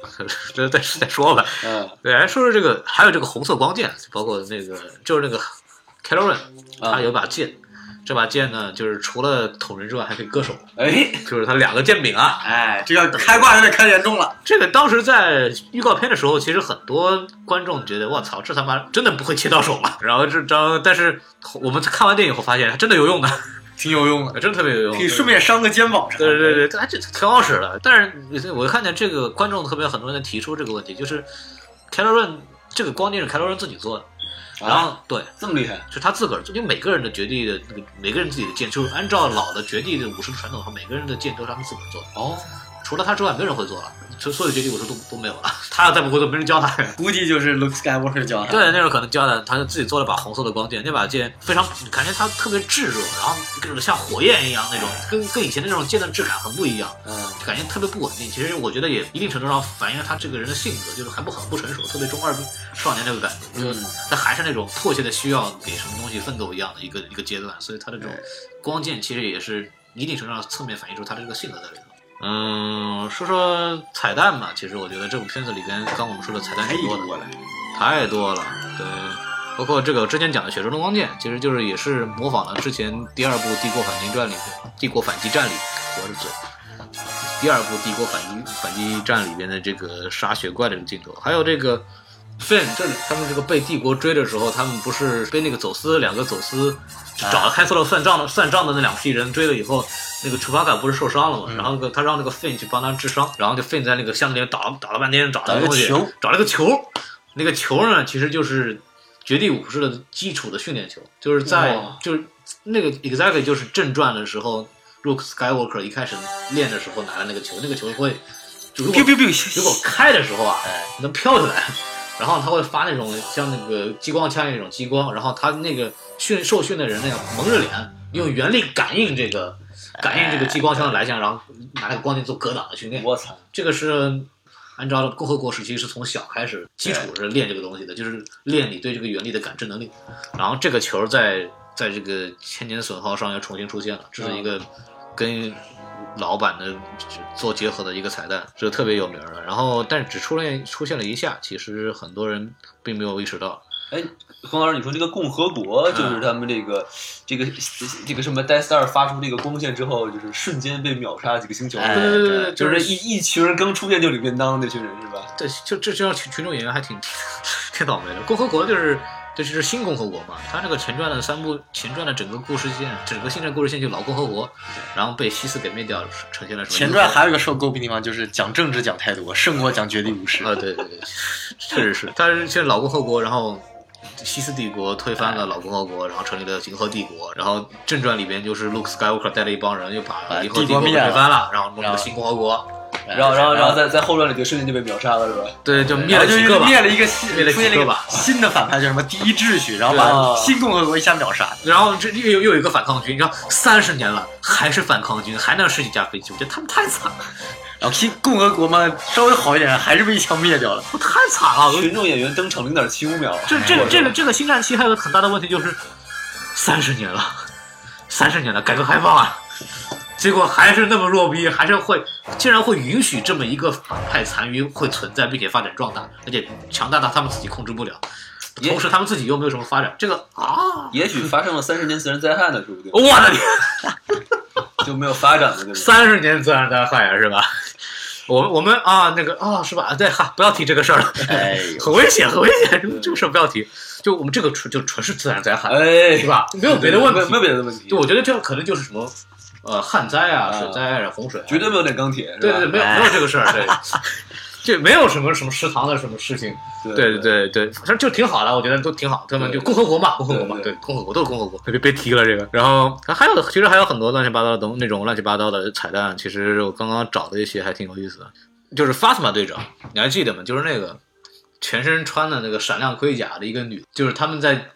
这再再说吧。嗯对，来说说这个，还有这个红色光剑，包括那个就是那个 c a l o r a n 他啊，有把剑，这把剑呢就是除了捅人之外还可以割手，哎，就是他两个剑柄啊。哎，这要开挂有点开严重了。这个当时在预告片的时候，其实很多观众觉得，我操，这他妈真的不会切到手吗？然后这张，但是我们看完电影后发现，它真的有用的，啊挺有用的，真的特别有用。可以顺便伤个肩膀啥的。对对对对，它这挺好使的。但是我看见这个观众特别很多人提出这个问题，就是凯罗润这个光剑是凯罗润自己做的，啊然后、对，这么厉害，是他自个儿做，就每个人的绝地的那个每个人自己的剑，就是按照老的绝地的武士传统的话，每个人的剑都是他们自个儿做的。哦，除了他之外，没有人会做了，所所有绝地武士都都没有了。 他要再不会做，没人教他。估计就是 Luke Skywalker 教他。对，那时候可能教的，他就自己做了把红色的光剑，那把剑非常感觉它特别炙热，然后就是像火焰一样那种，跟跟以前的那种剑的质感很不一样，嗯，感觉特别不稳定。其实我觉得也一定程度上反映了他这个人的性格，就是还不很不成熟，特别中二病少年那个感觉，就是他还是那种迫切的需要给什么东西奋斗一样的一个一个阶段，所以他这种光剑其实也是一定程度上侧面反映出他的这个性格在里头。嗯，说说彩蛋吧。其实我觉得这部片子里边，刚我们说的彩蛋哎挺多的，我了，太多了，对，包括这个之前讲的《雪中的光剑》，其实就是也是模仿了之前第二部《帝国反击传》里《帝国反击战》里火的嘴，第二部《帝国反击反击战》里边的这个杀雪怪这个镜头，还有这个 Finn 这里他们这个被帝国追的时候，他们不是被那个走私两个走私找了开错了算账的算账的那两批人追了以后，那个楚巴卡不是受伤了嘛？然后那个他让那个 Finn 去帮他治伤，然后就 Finn 在那个箱子里打打了半天，找哎打了了个东西球，找了个球，那个球呢其实就是绝地武士的基础的训练球，就是在、哇就是那个 exactly 就是正传的时候，Luke Skywalker 一开始练的时候拿的那个球，那个球会就如果 biu biu 如果开的时候啊哎，能飘起来，然后它会发那种像那个激光枪那种激光，然后他那个训受训的人那个蒙着脸，用原力感应这个感应这个激光枪的来向，然后拿那个光剑做格挡的训练。我操，这个是按照共和国时期是从小开始基础是练这个东西的，就是练你对这个原力的感知能力。然后这个球在在这个千年损耗上又重新出现了，这是一个跟老版的做结合的一个彩蛋，这特别有名儿的。然后但只出现出现了一下，其实很多人并没有意识到。哎，孔老师，你说这个共和嗯国就是他们这个、这个这个什么 Death Star 发出这个光线之后，就是瞬间被秒杀几个星球，哎对对对，就是一一群人刚出现就领便当的那群人是吧？对，就这这让群群众演员还挺 挺倒霉的。共和国就是这就是新共和国嘛，他这个前传的三部前传的整个故事线，整个新的故事线就老共和国，然后被西斯给灭掉，呈现了什么？前传还有一个受诟病的地方就是讲政治讲太多，胜过讲绝地武士。啊，对对对，确实是，但是现在老共和国，然后西斯帝国推翻了老共和国，然后成立了银河帝国，然后正传里边就是 Luke Skywalker 带了一帮人又把把银河帝国国给灭了推翻了，然后弄了然个后新共和国，然后然后然后在哎在后传里就瞬间就被秒杀了是吧？对，就灭然了后就几个吧，灭了一个新，灭了出现了几个一个吧。啊新的反派，叫什么第一秩序，然后把对新共和国一下秒杀。然后这又有又有一个反抗军，你知道三十年了还是反抗军，还能十几架飞机，我觉得他们太惨了，然后新共和国嘛，稍微好一点，还是被一枪灭掉了。我太惨了。啊我群众演员登场零点七五秒，这这这个这个新战期还有个很大的问题就是，三十年了，三十年了，改革开放啊，结果还是那么弱逼，还是会竟然会允许这么一个反派残余会存在并且发展壮大，而且强大到他们自己控制不了，也同时他们自己又没有什么发展，这个啊，也许发生了三十年自然灾害呢，说不定我的天！就没有发展了，对 不对？三十年自然灾害啊，是吧？ 我们我们啊，那个啊，是吧？对哈，不要提这个事儿了， 哎呦，很危险，很危险，这个这个事儿不要提。就我们这个纯就纯是自然灾害，哎，是吧？呃没有别的问没有没题。有别的问题就，我觉得这个可能就是什么，呃，旱灾啊、哎啊水灾啊、洪水啊，绝对没有那钢铁，是吧对对对，没有没有这个事 儿，对，就没有什么什么食堂的什么事情，对对对对，反正就挺好的，我觉得都挺好。他们就对共和国嘛，共和国嘛，对对，共和国都是共和国，别别提了这个。然后啊还有，其实还有很多乱七八糟的东，那种乱七八糟的彩蛋，其实我刚刚找的一些还挺有意思的。就是法斯玛队长，你还记得吗？就是那个全身穿的那个闪亮盔甲的一个女，就是他们在，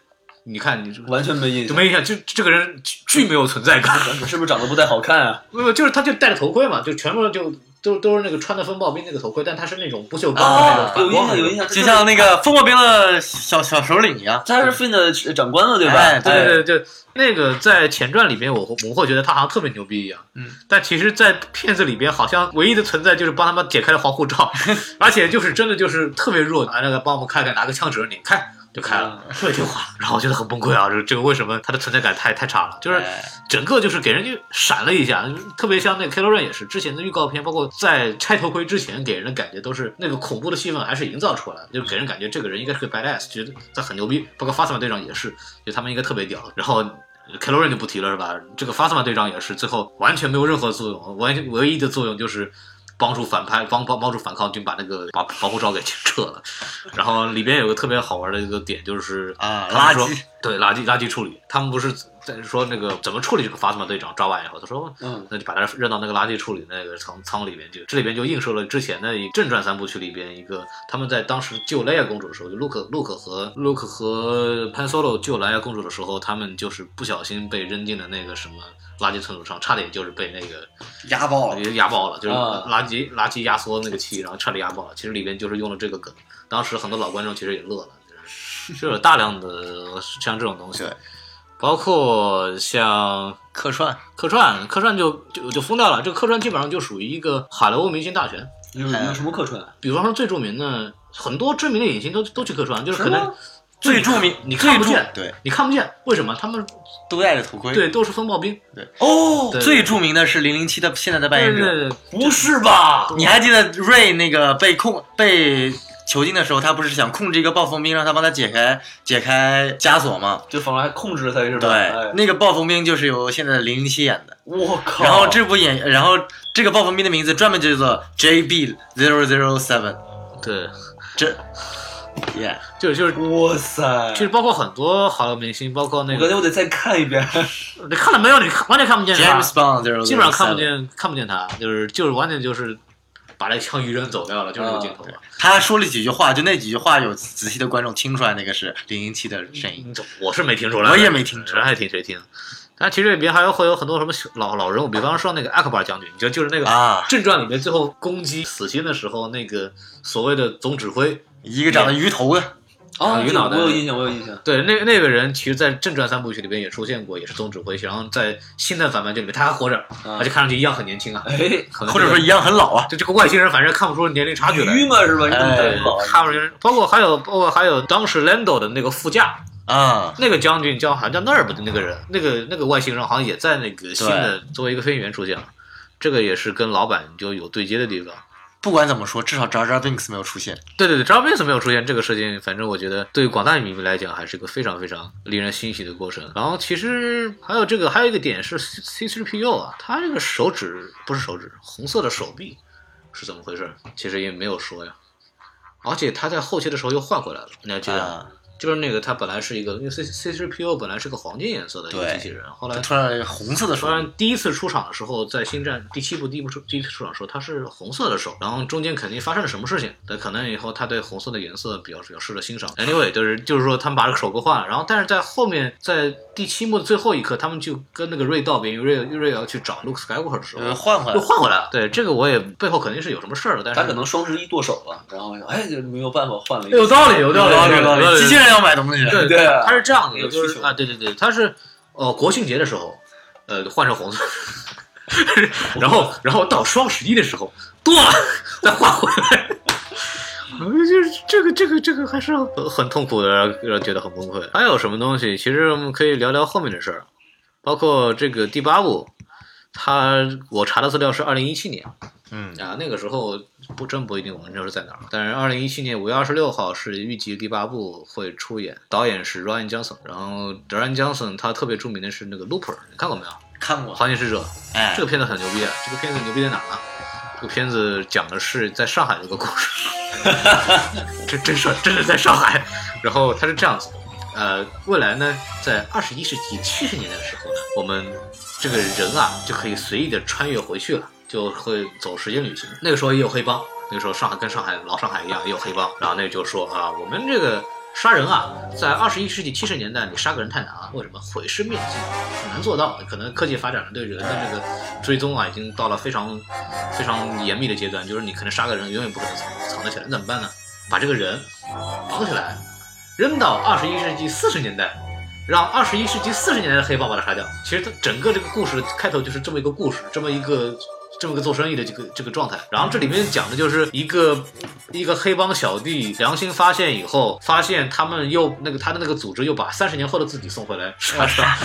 你看你这完全没印就象。没印象，就这个人巨没有存在感。 是不是长得不太好看啊？没有，就是他就戴着头盔嘛，就全部就都都是那个穿的风暴兵那个头盔，但他是那种不锈钢的那哦啊，种反有印光象的有印象，就像那个风暴兵的小小首领一样，他是 Finn 的长官了，对吧？哎对对对对，那个在前传里边，我会我会觉得他好像特别牛逼一样，嗯，但其实，在片子里边，好像唯一的存在就是帮他们解开了防 护罩，而且就是真的就是特别弱，拿那个帮我们看看，拿个枪指着你，开就开了，嗯说一句话，然后我觉得很崩溃啊，这这个为什么他的存在感太太差了？就是哎整个就是给人就闪了一下，特别像那个 Kylo Ren 也是之前的预告片，包括在拆头盔之前给人的感觉都是那个恐怖的气氛还是营造出来的，就给人感觉这个人应该是个 badass，觉得他很牛逼，包括 Fasma 队长也是，就他们应该特别屌。然后 Kylo Ren 就不提了是吧？这个 Fasma 队长也是最后完全没有任何作用，完全唯一的作用就是。帮助反派，帮帮帮助反抗军把那个把防护罩给撤了，然后里边有个特别好玩的一个点就是啊他们垃说圾对垃圾垃圾处理，他们不是在说那个怎么处理这个法斯玛队长抓完以后，他说嗯，那就把他扔到那个垃圾处理那个仓仓里面去，这里边就映射了之前的一正传三部曲里边一个他们在当时救莱娅公主的时候，就 Luke Luke 和 Luke 和 Han Solo 救莱娅公主的时候，他们就是不小心被扔进了那个什么垃圾存储场，差点就是被那个压爆了。也压爆了，就是啊垃圾、垃圾压缩那个器，然后差点压爆了。其实里边就是用了这个梗，当时很多老观众其实也乐了，就是就有大量的像这种东西对，包括像客串，客串，客串就就就疯掉了。这个客串基本上就属于一个海莱坞明星大全，哎有有什么客串？比方说最著名的很多知名的影星都都去客串，就是可是能吗最著名，你看不最著哎见对，你看不见，为什么？他们都戴着头盔，对都是风暴兵，对哦对最著名的是零零七的现在的扮对演对者，对，不是吧？你还记得瑞那个被控被囚禁的时候，他不是想控制一个暴风兵，让他帮他解开解开枷锁吗？就反而还控制了他是吧？对，哎那个暴风兵就是由现在的零零七演的。我靠！然后这部演，然后这个暴风兵的名字专门就叫做 JB zero zero seven。对，这，yeah，就是就是。哇塞！就是包括很多好的明星，包括那我感觉个我得再看一遍。啊你看了没有？你看完全看不见他 James Bond zero，基本上看不。见看不见他，就是就是完全就是把这枪一扔走掉了，就是这个啊镜头啊嘛。他说了几句话，就那几句话有仔细的观众听出来那个是零零七的声音。你怎么我是没听出来，我也没听出来谁爱听谁听。但其实里边还有会有很多什么小老老人物，比方说那个阿克巴将军，就就是那个啊，正传里面最后攻击死心的时候，那个所谓的总指挥，一个长得鱼头的，啊鱼脑袋我有印象，我有印象。对，那那个人其实，在正传三部曲里边也出现过，也是总指挥，然后在新的反派剧里面他还活着，啊而且看上去一样很年 轻啊，哎，可能或者说一样很老啊。就这个外星人，反正看不出年龄差距来。鱼嘛是吧？你怎么哎带不哈姆人，包括还有包括还有当时 Lando 的那个副驾，啊，那个将军叫好像叫那儿吧的那个人，那个那个外星人好像也在那个新的作为一个飞行员出现了，这个也是跟老板就有对接的地方。不管怎么说，至少 Jar Jar Binks 没有出现。对对对 j a r b i s 没有出现这个事情，反正我觉得对于广大影迷来讲，还是一个非常非常令人欣喜的过程。然后其实还有这个还有一个点是 C 3 P O 啊，他这个手指不是手指，红色的手臂是怎么回事？其实也没有说呀。而且他在后期的时候又换回来了，你还记得吗？啊，就是那个它本来是一个，因为 C C 3 P O 本来是个黄金颜色的一个对机器人，后来突然有一个红色的突手然第一次出场的时候，在星战第七部第一部出第一次出场的时候，它是红色的手，然后中间肯定发生了什么事情，对，可能以后他对红色的颜色比较比较适合欣赏。Anyway，就是就是说他们把这个手给换了，然后但是在后面在第七幕的最后一刻，他们就跟那个瑞道别，因为瑞瑞要去找 Luke Skywalker 的时候呃，。换回来又。换回来了，对这个我也背后肯定是有什么事儿的，但是他可能双十一剁手了，然后哎就没有办法换了一个。有道理，有道理，有道理。机器人要买东西。对对啊他是这样的，有就是需求啊，对对对，他是呃国庆节的时候，呃换成红色， 然后然后到双十一的时候剁了，再换回来。 我就是这个这个这个还是很呃很痛苦的，让让人觉得很崩溃。还有什么东西？其实我们可以聊聊后面的事儿，包括这个第八部，它我查的资料是二零一七年，嗯啊，那个时候不真不一定我们这是在哪儿。但是二零一七年五月二十六号是预计第八部会出演，导演是 Ryan Johnson，然后 Ryan Johnson 他特别著名的是那个 Looper，你看过没有？看过。黄金使者哎这，个片子很牛逼啊！这个片子牛逼在哪儿呢？这个片子讲的是在上海的一个故事， 这真事儿，真是在上海。然后它是这样子的，呃，未来呢，在二十一世纪七十年代的时候呢，我们这个人啊就可以随意的穿越回去了，就会走时间旅行。那个时候也有黑帮，那个时候上海跟上海老上海一样也有黑帮。然后那个就说啊，我们这个杀人啊，在二十一世纪七十年代你杀个人太难了，为什么？毁尸灭迹。很难做到。可能科技发展了，对人的这个追踪啊，已经到了非常非常严密的阶段，就是你可能杀个人永远不可能藏藏得起来，那怎么办呢？把这个人绑起来，扔到二十一世纪四十年代，让二十一世纪四十年代的黑帮把他杀掉。其实它整个这个故事开头就是这么一个故事，这么一个。这么一个做生意的这个这个状态，然后这里面讲的就是一个一个黑帮小弟良心发现以后，发现他们又那个他的那个组织又把三十年后的自己送回来杀杀，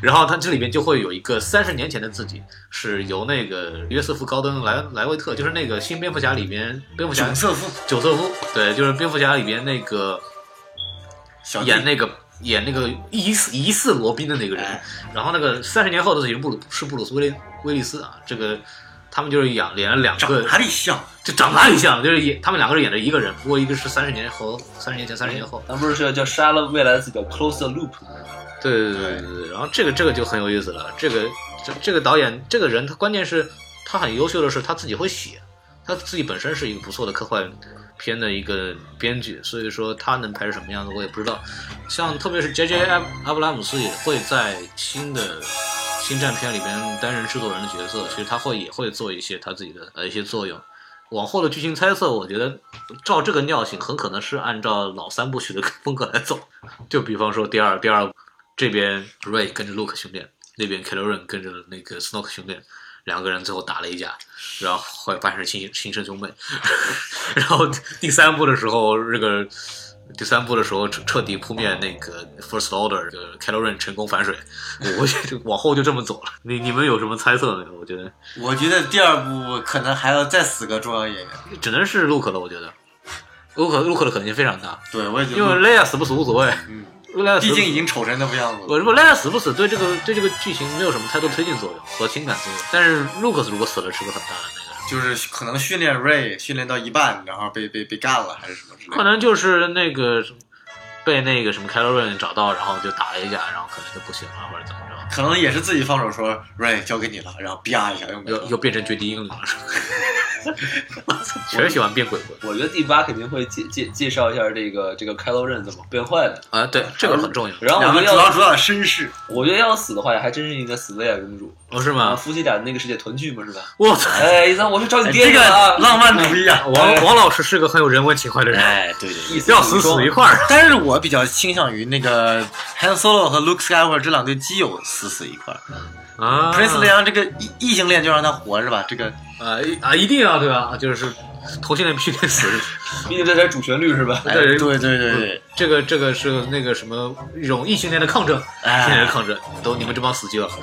然后他这里面就会有一个三十年前的自己，是由那个约瑟夫·高登莱莱维特，就是那个新蝙蝠侠里面蝙蝠侠囧瑟夫九色夫，对，就是蝙蝠侠里面那个小演弟那个演那个疑似疑似罗宾的那个人，然后那个三十年后的自己是布鲁是布鲁斯威利威利斯啊，这个他们就是演演了两长个哪里像？就长得很像，就是演他们两个人演的一个人，不过一个是三十年后三十年前三十年后，咱不是说叫杀了未来的自己叫 close the loop 对对对对对，然后这个这个就很有意思了。这个这这个导演这个人，他关键是他很优秀的是他自己会写，他自己本身是一个不错的科幻片的一个编剧，所以说他能拍成什么样子我也不知道。像特别是 J J 阿阿布拉姆斯也会在新的星战片里边担任制作人的角色，其实他会也会做一些他自己的呃一些作用。往后的剧情猜测，我觉得照这个尿性，很可能是按照老三部曲的 风格来走。就比方说第二第二这边 Ray 跟着 Luke 兄弟，那边 k a l o r e n 跟着那个 Snoke 兄弟，两个人最后打了一架，然后 后来发现是亲亲生兄妹。然后第三部的时候，这个第三部的时候彻彻底扑灭那个 First Order，这个 c a l o r n 成功反水，我就往后就这么走了。你你们有什么猜测没有？我觉得我觉得第二部可能还要再死个重要演员。只能是陆克了，我觉得陆克陆克的可能性非常大，对，我也觉因为得，莱娅死不死无所谓，嗯，莱娅死毕不竟已经丑成那副样子我了。如果莱娅死不死，对这个对这个剧情没有什么太多推进作用和情感作用。但是 Lucas 如果死了，是个很大的那个。就是可能训练 Ray 训练到一半，然后被被被干了还是什么之类可的。能就是那个被那个什么 c a l o r n 找到，然后就打了一架，然后可能就不行了，或者怎么着，可能也是自己放手说 Ray 交给你了，然后啪一下又没又了。又变成绝地英灵了。是吧确实喜欢变鬼魂我觉得第八肯定会介介介绍一下这个这个开罗刃怎么变坏的。啊！对，这个很重要。然后然我后觉主得要要主要绅士，我觉得要死的话，还真是应该死雷亚公主哦，是啊，吗？夫妻俩那个世界团聚嘛，是吧？我操！ 哎，伊森，我去找你爹这去个了啊！浪漫主义啊！王王老师是个很有人文情怀的人，哎，对对对，一死要死死一块儿。 但是我比较倾向于那个 Han Solo 和 Luke Skywalker 这两对基友死死一块儿。啊 Prince 雷昂这个异异性恋就让他活是吧？这个啊一啊，一定要对吧？就是同性恋必须得死，毕竟这才主旋律是吧？哎对对对对对，这个这个是那个什么一种异性恋的抗争，异性恋哎的，抗争，都你们这帮死鸡了。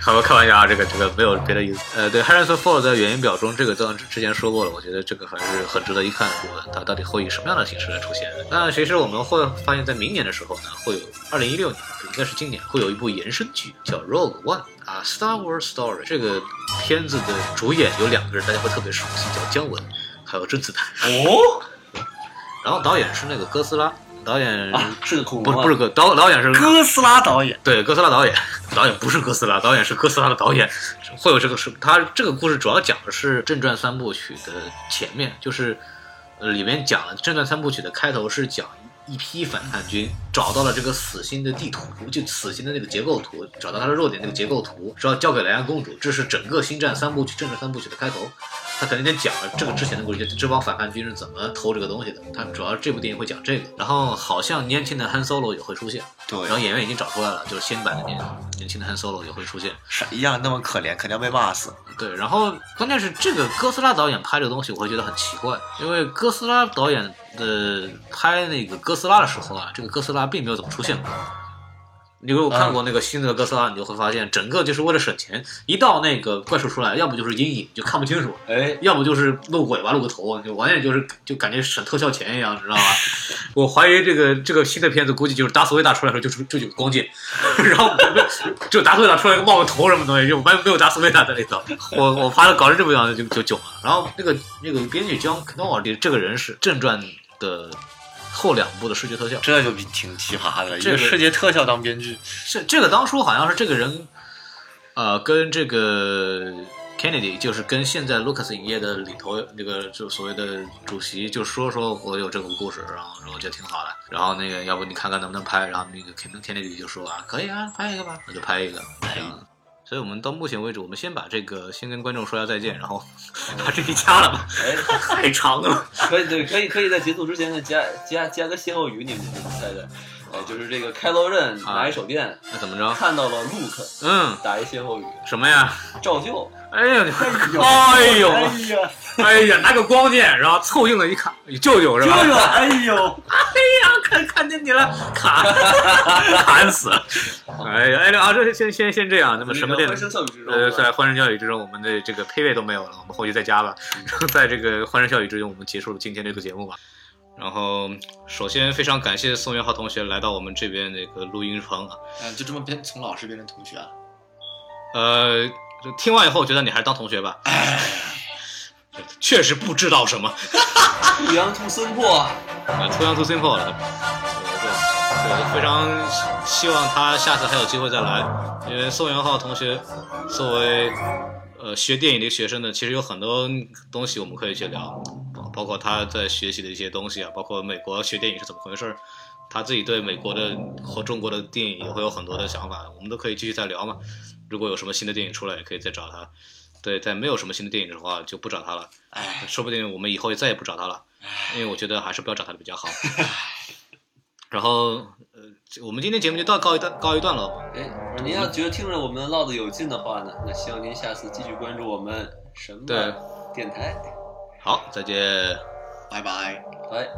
好吧，开玩笑啊，这个这个没有别的意思。呃，对，Harrison Ford 在原音表中，这个当然之前说过了，我觉得这个还是很值得一看，我它到底会以什么样的形式来出现。那其实我们会发现，在明年的时候呢，会有二零一六年，应该是今年，会有一部延伸剧叫 Rogue One 啊，《Star Wars Story》这个片子的主演有两个人，大家会特别熟悉，叫姜文，还有甄子丹。哦，然后导演是那个哥斯拉，导演、啊，是个恐不龙是啊，不是哥导导演是 哥斯拉导演，对哥斯拉导演，导演不是哥斯拉，导演是哥斯拉的导演，会有这个事。他这个故事主要讲的是正传三部曲的前面，就是呃里面讲了正传三部曲的开头是讲一批反叛军找到了这个死星的地图，就死星的那个结构图，找到它的弱点那个结构图，然后交给莱安公主，这是整个星战三部曲正传三部曲的开头。他肯定得讲了这个之前的故事，就这帮反叛军是怎么偷这个东西的。他主要这部电影会讲这个，然后好像年轻的 Han Solo 也会出现，对然后演员已经找出来了，就是新版的年年轻的 Han Solo 也会出现。傻一样那么可怜，肯定要被骂死。对，然后关键是这个哥斯拉导演拍这个东西，我会觉得很奇怪，因为哥斯拉导演的拍那个哥斯拉的时候啊，这个哥斯拉并没有怎么出现过。你如果看过那个新的哥斯拉，你就会发现，整个就是为了省钱，一到那个怪兽出来，要不就是阴影，就看不清楚，哎，要不就是露个尾巴、露个头，就完全就是就感觉省特效钱一样，你知道吗？ 我怀疑这个这个新的片子估计就是达斯维达出来的时候就出就有光剑， 然后就达斯维达出来冒个头什么东西，就完全没有达斯维达在里头。我我怕他搞成这么样就就囧了。然后那个那个编剧江康瓦迪这个人是正传的后两部的视觉特效，这就比挺奇葩的，一这个个世界特效当编剧，这这个当初好像是这个人，呃，跟这个 Kennedy，就是跟现在 Lucas 影业的里头那个就所谓的主席，就说说我有这个故事，然后然后我觉得挺好的，然后那个要不你看看能不能拍，然后那个 Ken- Kennedy 就说啊，可以啊，拍一个吧，我就拍一个。这样所以我们到目前为止，我们先把这个先跟观众说下再见，然后 把这题掐了吧，哎，太长了。可以对，可以可以在结束之前再加加加个歇后语，你们怎么猜的？哎，就是这个开罗刃拿一手电那怎么着？看到了 Luke，嗯，打一歇后语，什么呀？照旧。哎呀，哎呦，哎呀，哎呀，拿个光剑，然后凑近了一看，你舅舅是这吧？个哎呦，哎呀，看看见你了，砍 砍死！哎呀，哎呀，啊，这先先先这样，那么什么那电个欢声笑语之中，呃，在欢声笑语之中，我们的这个配乐都没有了，我们后期再加吧。然后 在这个欢声笑语之中，我们结束了今天这个节目吧。然后，首先非常感谢宋元浩同学来到我们这边那个录音棚啊。嗯，就这么变从老师变成同学啊？呃，就听完以后觉得你还是当同学吧，确实不知道什么。兔羊兔孙破，啊，Too Young Too Simple 了。对，对，非常希望他下次还有机会再来，因为宋元浩同学作为呃学电影的学生呢，其实有很多东西我们可以去聊，包包括他在学习的一些东西啊，包括美国学电影是怎么回事儿，他自己对美国的和中国的电影也会有很多的想法，我们都可以继续再聊嘛。如果有什么新的电影出来，也可以再找他。对，在没有什么新的电影的话，就不找他了。哎，说不定我们以后再也不找他了，因为我觉得还是不要找他的比较好。然后，呃，我们今天节目就到告一段告一段落。哎，您要觉得听着我们唠的有劲的话呢，那希望您下次继续关注我们什么对电台。好，再见。拜拜。哎。